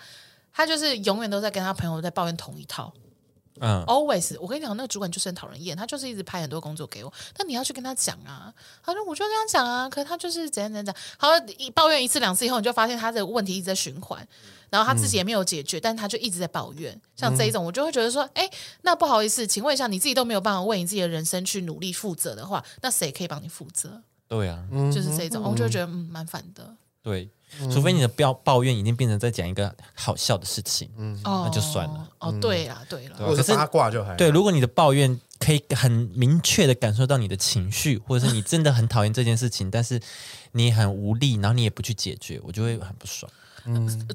Speaker 2: 他就是永远都在跟他朋友在抱怨同一套
Speaker 1: 嗯，
Speaker 2: ，always。我跟你讲，那个主管就是很讨人厌，他就是一直拍很多工作给我。但你要去跟他讲啊，他说我就跟他讲啊，可是他就是怎样怎样怎样。好，一抱怨一次两次以后，你就发现他的问题一直在循环，然后他自己也没有解决，但他就一直在抱怨。像这一种，我就会觉得说，哎、那不好意思，请问一下，你自己都没有办法为你自己的人生去努力负责的话，那谁可以帮你负责？
Speaker 1: 对啊，
Speaker 2: 就是这种，我就会觉得嗯，蛮烦的。
Speaker 1: 对，除非你的抱抱怨已经变成在讲一个好笑的事情，嗯，
Speaker 2: 哦，
Speaker 1: 那就算了。
Speaker 2: 哦，对啦，对啦，
Speaker 1: 对啊
Speaker 3: 或者
Speaker 1: 可是
Speaker 3: 是八卦就还好
Speaker 1: 对，如果你的抱怨可以很明确的感受到你的情绪，或者是你真的很讨厌这件事情，但是你很无力，然后你也不去解决，我就会很不爽。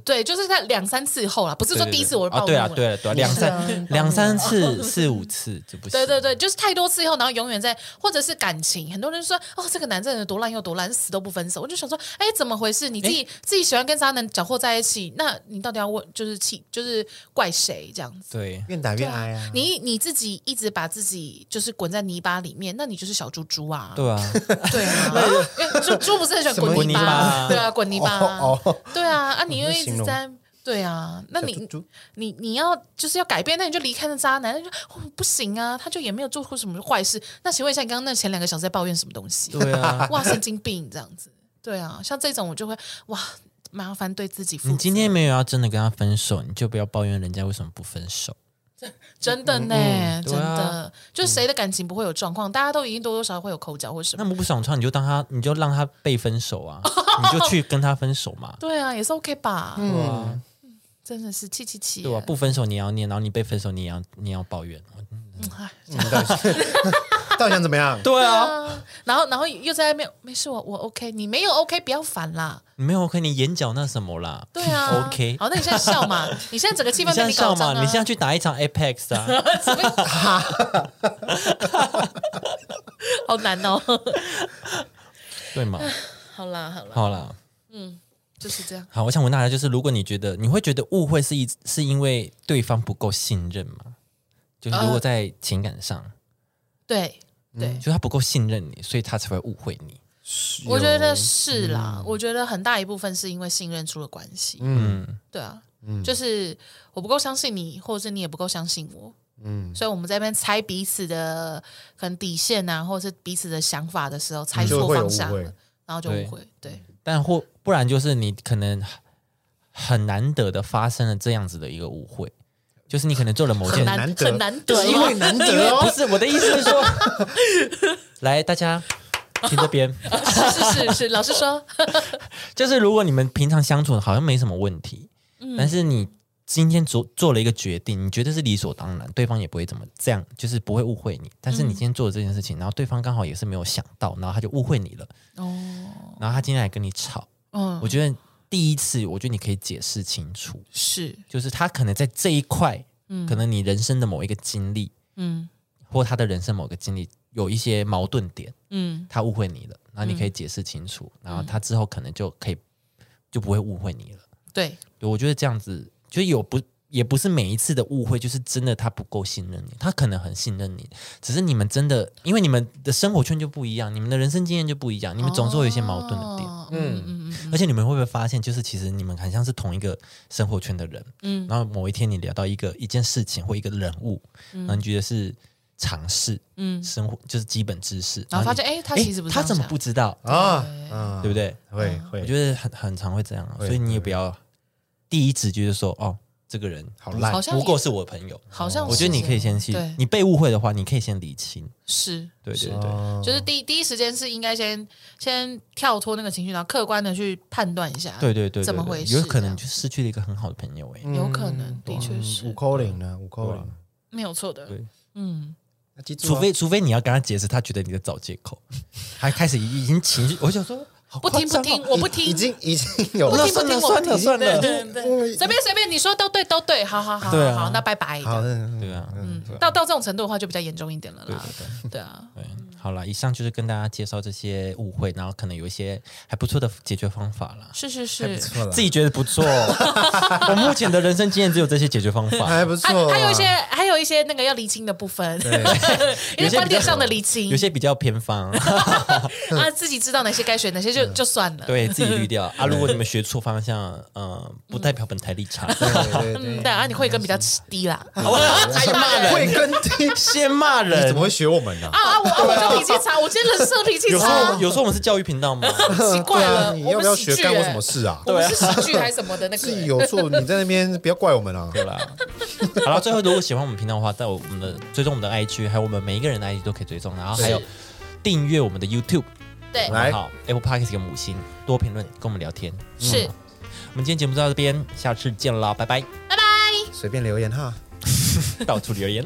Speaker 2: 对，就是在两三次后啦，不是说第一次我就
Speaker 1: 啊，
Speaker 2: 暴
Speaker 1: 对
Speaker 2: 怒
Speaker 1: 啊，
Speaker 2: 了。
Speaker 1: 对啊，对啊，两
Speaker 2: 暴怒
Speaker 1: 三两三次、四五次就不行。
Speaker 2: 对对对，就是太多次以后，然后永远在，或者是感情，很多人就说哦，这个男真的多烂又多烂，死都不分手。我就想说，哎，怎么回事？你自己自己喜欢跟渣男搅和在一起，那你到底要问，就是气，就是怪谁这样子？
Speaker 1: 对
Speaker 3: 越打越哀啊。
Speaker 2: 你你自己一直把自己就是滚在泥巴里面，那你就是小猪猪啊！
Speaker 1: 对啊，
Speaker 2: 对啊，因为 猪猪不是很喜欢
Speaker 1: 什么
Speaker 2: 滚
Speaker 1: 泥
Speaker 2: 泥
Speaker 1: 巴
Speaker 2: 巴？对啊，滚泥巴。
Speaker 3: 哦哦，
Speaker 2: 对啊，啊，你又一
Speaker 3: 形
Speaker 2: 直
Speaker 3: 容
Speaker 2: 在。对啊，那
Speaker 3: 小
Speaker 2: 你
Speaker 3: 猪猪
Speaker 2: 你你要就是要改变，那你就离开那渣男，那就、哦、不行啊，他就也没有做过什么坏事。那请问一下，你刚刚那前两个小时在抱怨什么东西？
Speaker 1: 对啊，
Speaker 2: 哇，神经病这样子，对啊，像这种我就会哇，麻烦对自己负责。
Speaker 1: 你今天没有要真的跟他分手，你就不要抱怨人家为什么不分手。
Speaker 2: 真的呢，真
Speaker 1: 对啊
Speaker 2: 的，就谁的感情不会有状况，大家都一定多多少少会有口角或什
Speaker 1: 那
Speaker 2: 么。
Speaker 1: 么不爽唱，你就当他，你就让他被分手 啊，你就去跟他分手嘛。
Speaker 2: 对啊，也是 OK 吧？嗯
Speaker 1: 对啊，
Speaker 2: 真的是气气气耶。
Speaker 1: 对啊，不分手你也要念，然后你被分手你也要你也要抱怨。
Speaker 2: 嗯
Speaker 3: 你们到底是到底想怎么样？
Speaker 1: 对啊，
Speaker 2: 啊，然后然后又在那边，没事，我我 OK，你没有 OK 不要烦啦。
Speaker 1: 你没有 OK，你眼角那什么啦？
Speaker 2: 对 啊
Speaker 1: OK
Speaker 2: 好，那你现在笑嘛？你现在整个气
Speaker 1: 你
Speaker 2: 氛
Speaker 1: 现
Speaker 2: 被
Speaker 1: 在
Speaker 2: 你
Speaker 1: 笑
Speaker 2: 搞脏
Speaker 1: 嘛？
Speaker 2: 啊！
Speaker 1: 你现在去打一场 Apex 啊？
Speaker 2: 好难哦。
Speaker 1: 对嘛？
Speaker 2: 好啦好啦，
Speaker 1: 好啦，
Speaker 2: 就是这样。
Speaker 1: 好，我想问大家，就是如果你觉得你会觉得误会是一是因为对方不够信任吗？就是如果在情感上，
Speaker 2: 对呃对，
Speaker 1: 就是他不够信任你，所以他才会误会你。
Speaker 2: 我觉得是啦，我觉得很大一部分是因为信任出了关系。
Speaker 1: 嗯，
Speaker 2: 对啊，就是我不够相信你，或者是你也不够相信我，嗯，所以我们在那边猜彼此的可能底线啊，或者是彼此的想法的时候，猜
Speaker 3: 就
Speaker 2: 错
Speaker 3: 会有
Speaker 2: 方
Speaker 3: 误
Speaker 2: 向
Speaker 3: 会
Speaker 2: 了，然后就误会，对
Speaker 1: 但或不然就是你可能很难得的发生了这样子的一个误会，就是你可能做了某件
Speaker 2: 很
Speaker 3: 难
Speaker 2: 难
Speaker 3: 得
Speaker 2: 很难
Speaker 3: 对
Speaker 2: 得，
Speaker 3: 因为难得
Speaker 1: 不
Speaker 3: 哦，
Speaker 1: 是我的意思是 说，来大家听这边，
Speaker 2: 是是是是，老师说，
Speaker 1: 就是如果你们平常相处好像没什么问题，但是你今天做做了一个决定，你觉得是理所当然，对方也不会怎么这样，就是不会误会你。但是你今天做了这件事情，然后对方刚好也是没有想到，然后他就误会你了，
Speaker 2: 哦，
Speaker 1: 然后他今天来跟你吵，
Speaker 2: 嗯，
Speaker 1: 我觉得第一次，我觉得你可以解释清楚，
Speaker 2: 是，
Speaker 1: 就是他可能在这一块，可能你人生的某一个经历，
Speaker 2: 嗯
Speaker 1: 或他的人生某个经历有一些矛盾点，
Speaker 2: 嗯
Speaker 1: 他误会你了，然后你可以解释清楚，然后他之后可能就可以就不会误会你了。
Speaker 2: 对，
Speaker 1: 对我觉得这样子就有不也不是每一次的误会，就是真的他不够信任你，他可能很信任你，只是你们真的因为你们的生活圈就不一样，你们的人生经验就不一样，你们总是会有一些矛盾的点。
Speaker 2: 哦嗯嗯嗯
Speaker 1: 而且你们会不会发现，就是其实你们很像是同一个生活圈的人，
Speaker 2: 嗯
Speaker 1: 嗯，然后某一天你聊到一个一件事情或一个人物，然后你觉得是常识，
Speaker 2: 嗯
Speaker 1: 嗯，生活就是基本知识，
Speaker 2: 然后发
Speaker 1: 你
Speaker 2: 现哎他
Speaker 1: 诶
Speaker 2: 其实不是
Speaker 1: 他
Speaker 2: 这样
Speaker 1: 怎么
Speaker 2: 想
Speaker 1: 不知道，
Speaker 3: 啊，嗯
Speaker 1: 对不对？
Speaker 3: 会
Speaker 2: 嗯
Speaker 1: 我
Speaker 3: 会，
Speaker 1: 觉得很很常会这样啊，
Speaker 3: 会
Speaker 1: 所以你也不要第一直觉就说哦，这个人
Speaker 3: 好烂
Speaker 2: 好像
Speaker 1: 不过是我朋友。
Speaker 2: 好像
Speaker 1: 我觉得
Speaker 2: 是
Speaker 1: 你可以
Speaker 2: 耶
Speaker 1: 先去
Speaker 2: 对，
Speaker 1: 你被误会的话，你可以先理清。
Speaker 2: 是
Speaker 1: 对对
Speaker 2: 是
Speaker 1: 对，
Speaker 3: 哦
Speaker 2: 就是第一第一时间是应该先先跳脱那个情绪，然后客观的去判断一下，
Speaker 1: 对对对对，
Speaker 2: 怎么
Speaker 1: 对
Speaker 2: 回事
Speaker 1: 有可能
Speaker 2: 这样
Speaker 1: 你就失去了一个很好的朋友
Speaker 3: 嗯
Speaker 1: 哎。
Speaker 2: 有可能的确是
Speaker 3: 五扣零呢，五扣
Speaker 1: 对啊
Speaker 3: 零，
Speaker 2: 没有错的，
Speaker 1: 对
Speaker 2: 嗯，
Speaker 3: 那记住哦
Speaker 1: 除非除非你要跟他解释，他觉得你在找借口， 还开始已经情绪，我想说好
Speaker 2: 不听
Speaker 1: 夸张
Speaker 2: 不听，
Speaker 1: 哦
Speaker 2: 我不
Speaker 3: 已
Speaker 2: 听，
Speaker 3: 经已经有
Speaker 2: 不
Speaker 1: 那
Speaker 2: 听不
Speaker 1: 算
Speaker 2: 听，
Speaker 1: 了
Speaker 2: 我
Speaker 1: 算
Speaker 2: 不
Speaker 1: 了
Speaker 2: 听
Speaker 1: 算了
Speaker 2: 对对对，随便随便你说都对都对，好好好，
Speaker 1: 对
Speaker 2: 好
Speaker 1: 啊
Speaker 2: 好，那拜拜。
Speaker 3: 好，
Speaker 2: 这样
Speaker 3: 嗯
Speaker 1: 对啊，
Speaker 2: 嗯，到到这种程度的话就比较严重一点了啦，对啊，
Speaker 1: 对，好了，以上就是跟大家介绍这些误会，然后可能有一些还不错的解决方法啦。
Speaker 2: 是是
Speaker 3: 还不
Speaker 2: 是，
Speaker 3: 错了
Speaker 1: 自，己觉得不错，我目前的人生经验只有这些解决方法。
Speaker 3: 还
Speaker 1: 啊
Speaker 2: 还
Speaker 3: 不错啦，
Speaker 2: 还有一些还有一些那个要厘清的部分，
Speaker 1: 有些
Speaker 2: 一些观
Speaker 1: 比较
Speaker 2: 点上的厘清
Speaker 1: 有，些比较偏方，
Speaker 2: 啊，自己知道哪些该选，哪些就
Speaker 3: 嗯
Speaker 2: 就算了，
Speaker 1: 对自己滤掉啊。如果你们学错方向，呃，不代表本台立场。
Speaker 3: 对对对
Speaker 2: 嗯，对啊，你会跟比较低 啦，哎
Speaker 1: 我要开始骂
Speaker 3: 会
Speaker 1: 人，
Speaker 3: 跟低，
Speaker 1: 先骂
Speaker 3: 嗯你
Speaker 1: 人
Speaker 3: 怎么。会学我们呢
Speaker 2: 啊？啊，我啊我就脾气差，我今 天人设脾气
Speaker 1: 有时候
Speaker 3: 啊
Speaker 2: 差，
Speaker 1: 有时候我们是教育频道吗？
Speaker 2: 奇怪
Speaker 3: 对
Speaker 2: 了，
Speaker 3: 啊你
Speaker 2: 我
Speaker 3: 要
Speaker 2: 们
Speaker 3: 不要
Speaker 2: 喜
Speaker 3: 学
Speaker 2: 剧
Speaker 3: 干我
Speaker 2: 欸
Speaker 3: 什么事啊？
Speaker 2: 我们是喜剧还是什么的那个
Speaker 3: 自己
Speaker 2: 欸？
Speaker 3: 有错，你在那边不要怪我们啊。
Speaker 1: 对啦。好了，最后如果喜欢我们频道的话，在我们的追踪我们的 IG，还有我们每一个人的 IG 都可以追踪，然后还有
Speaker 2: 是
Speaker 1: 订阅我们的 YouTube，
Speaker 2: 对，
Speaker 1: 好不好 Apple Podcast 给我们五星，多评论跟我们聊天。
Speaker 2: 是，
Speaker 3: 嗯
Speaker 1: 我们今天节目就到这边，下次见啦，拜拜！
Speaker 2: 拜拜。
Speaker 3: 随便留言哈。
Speaker 1: 到处留言。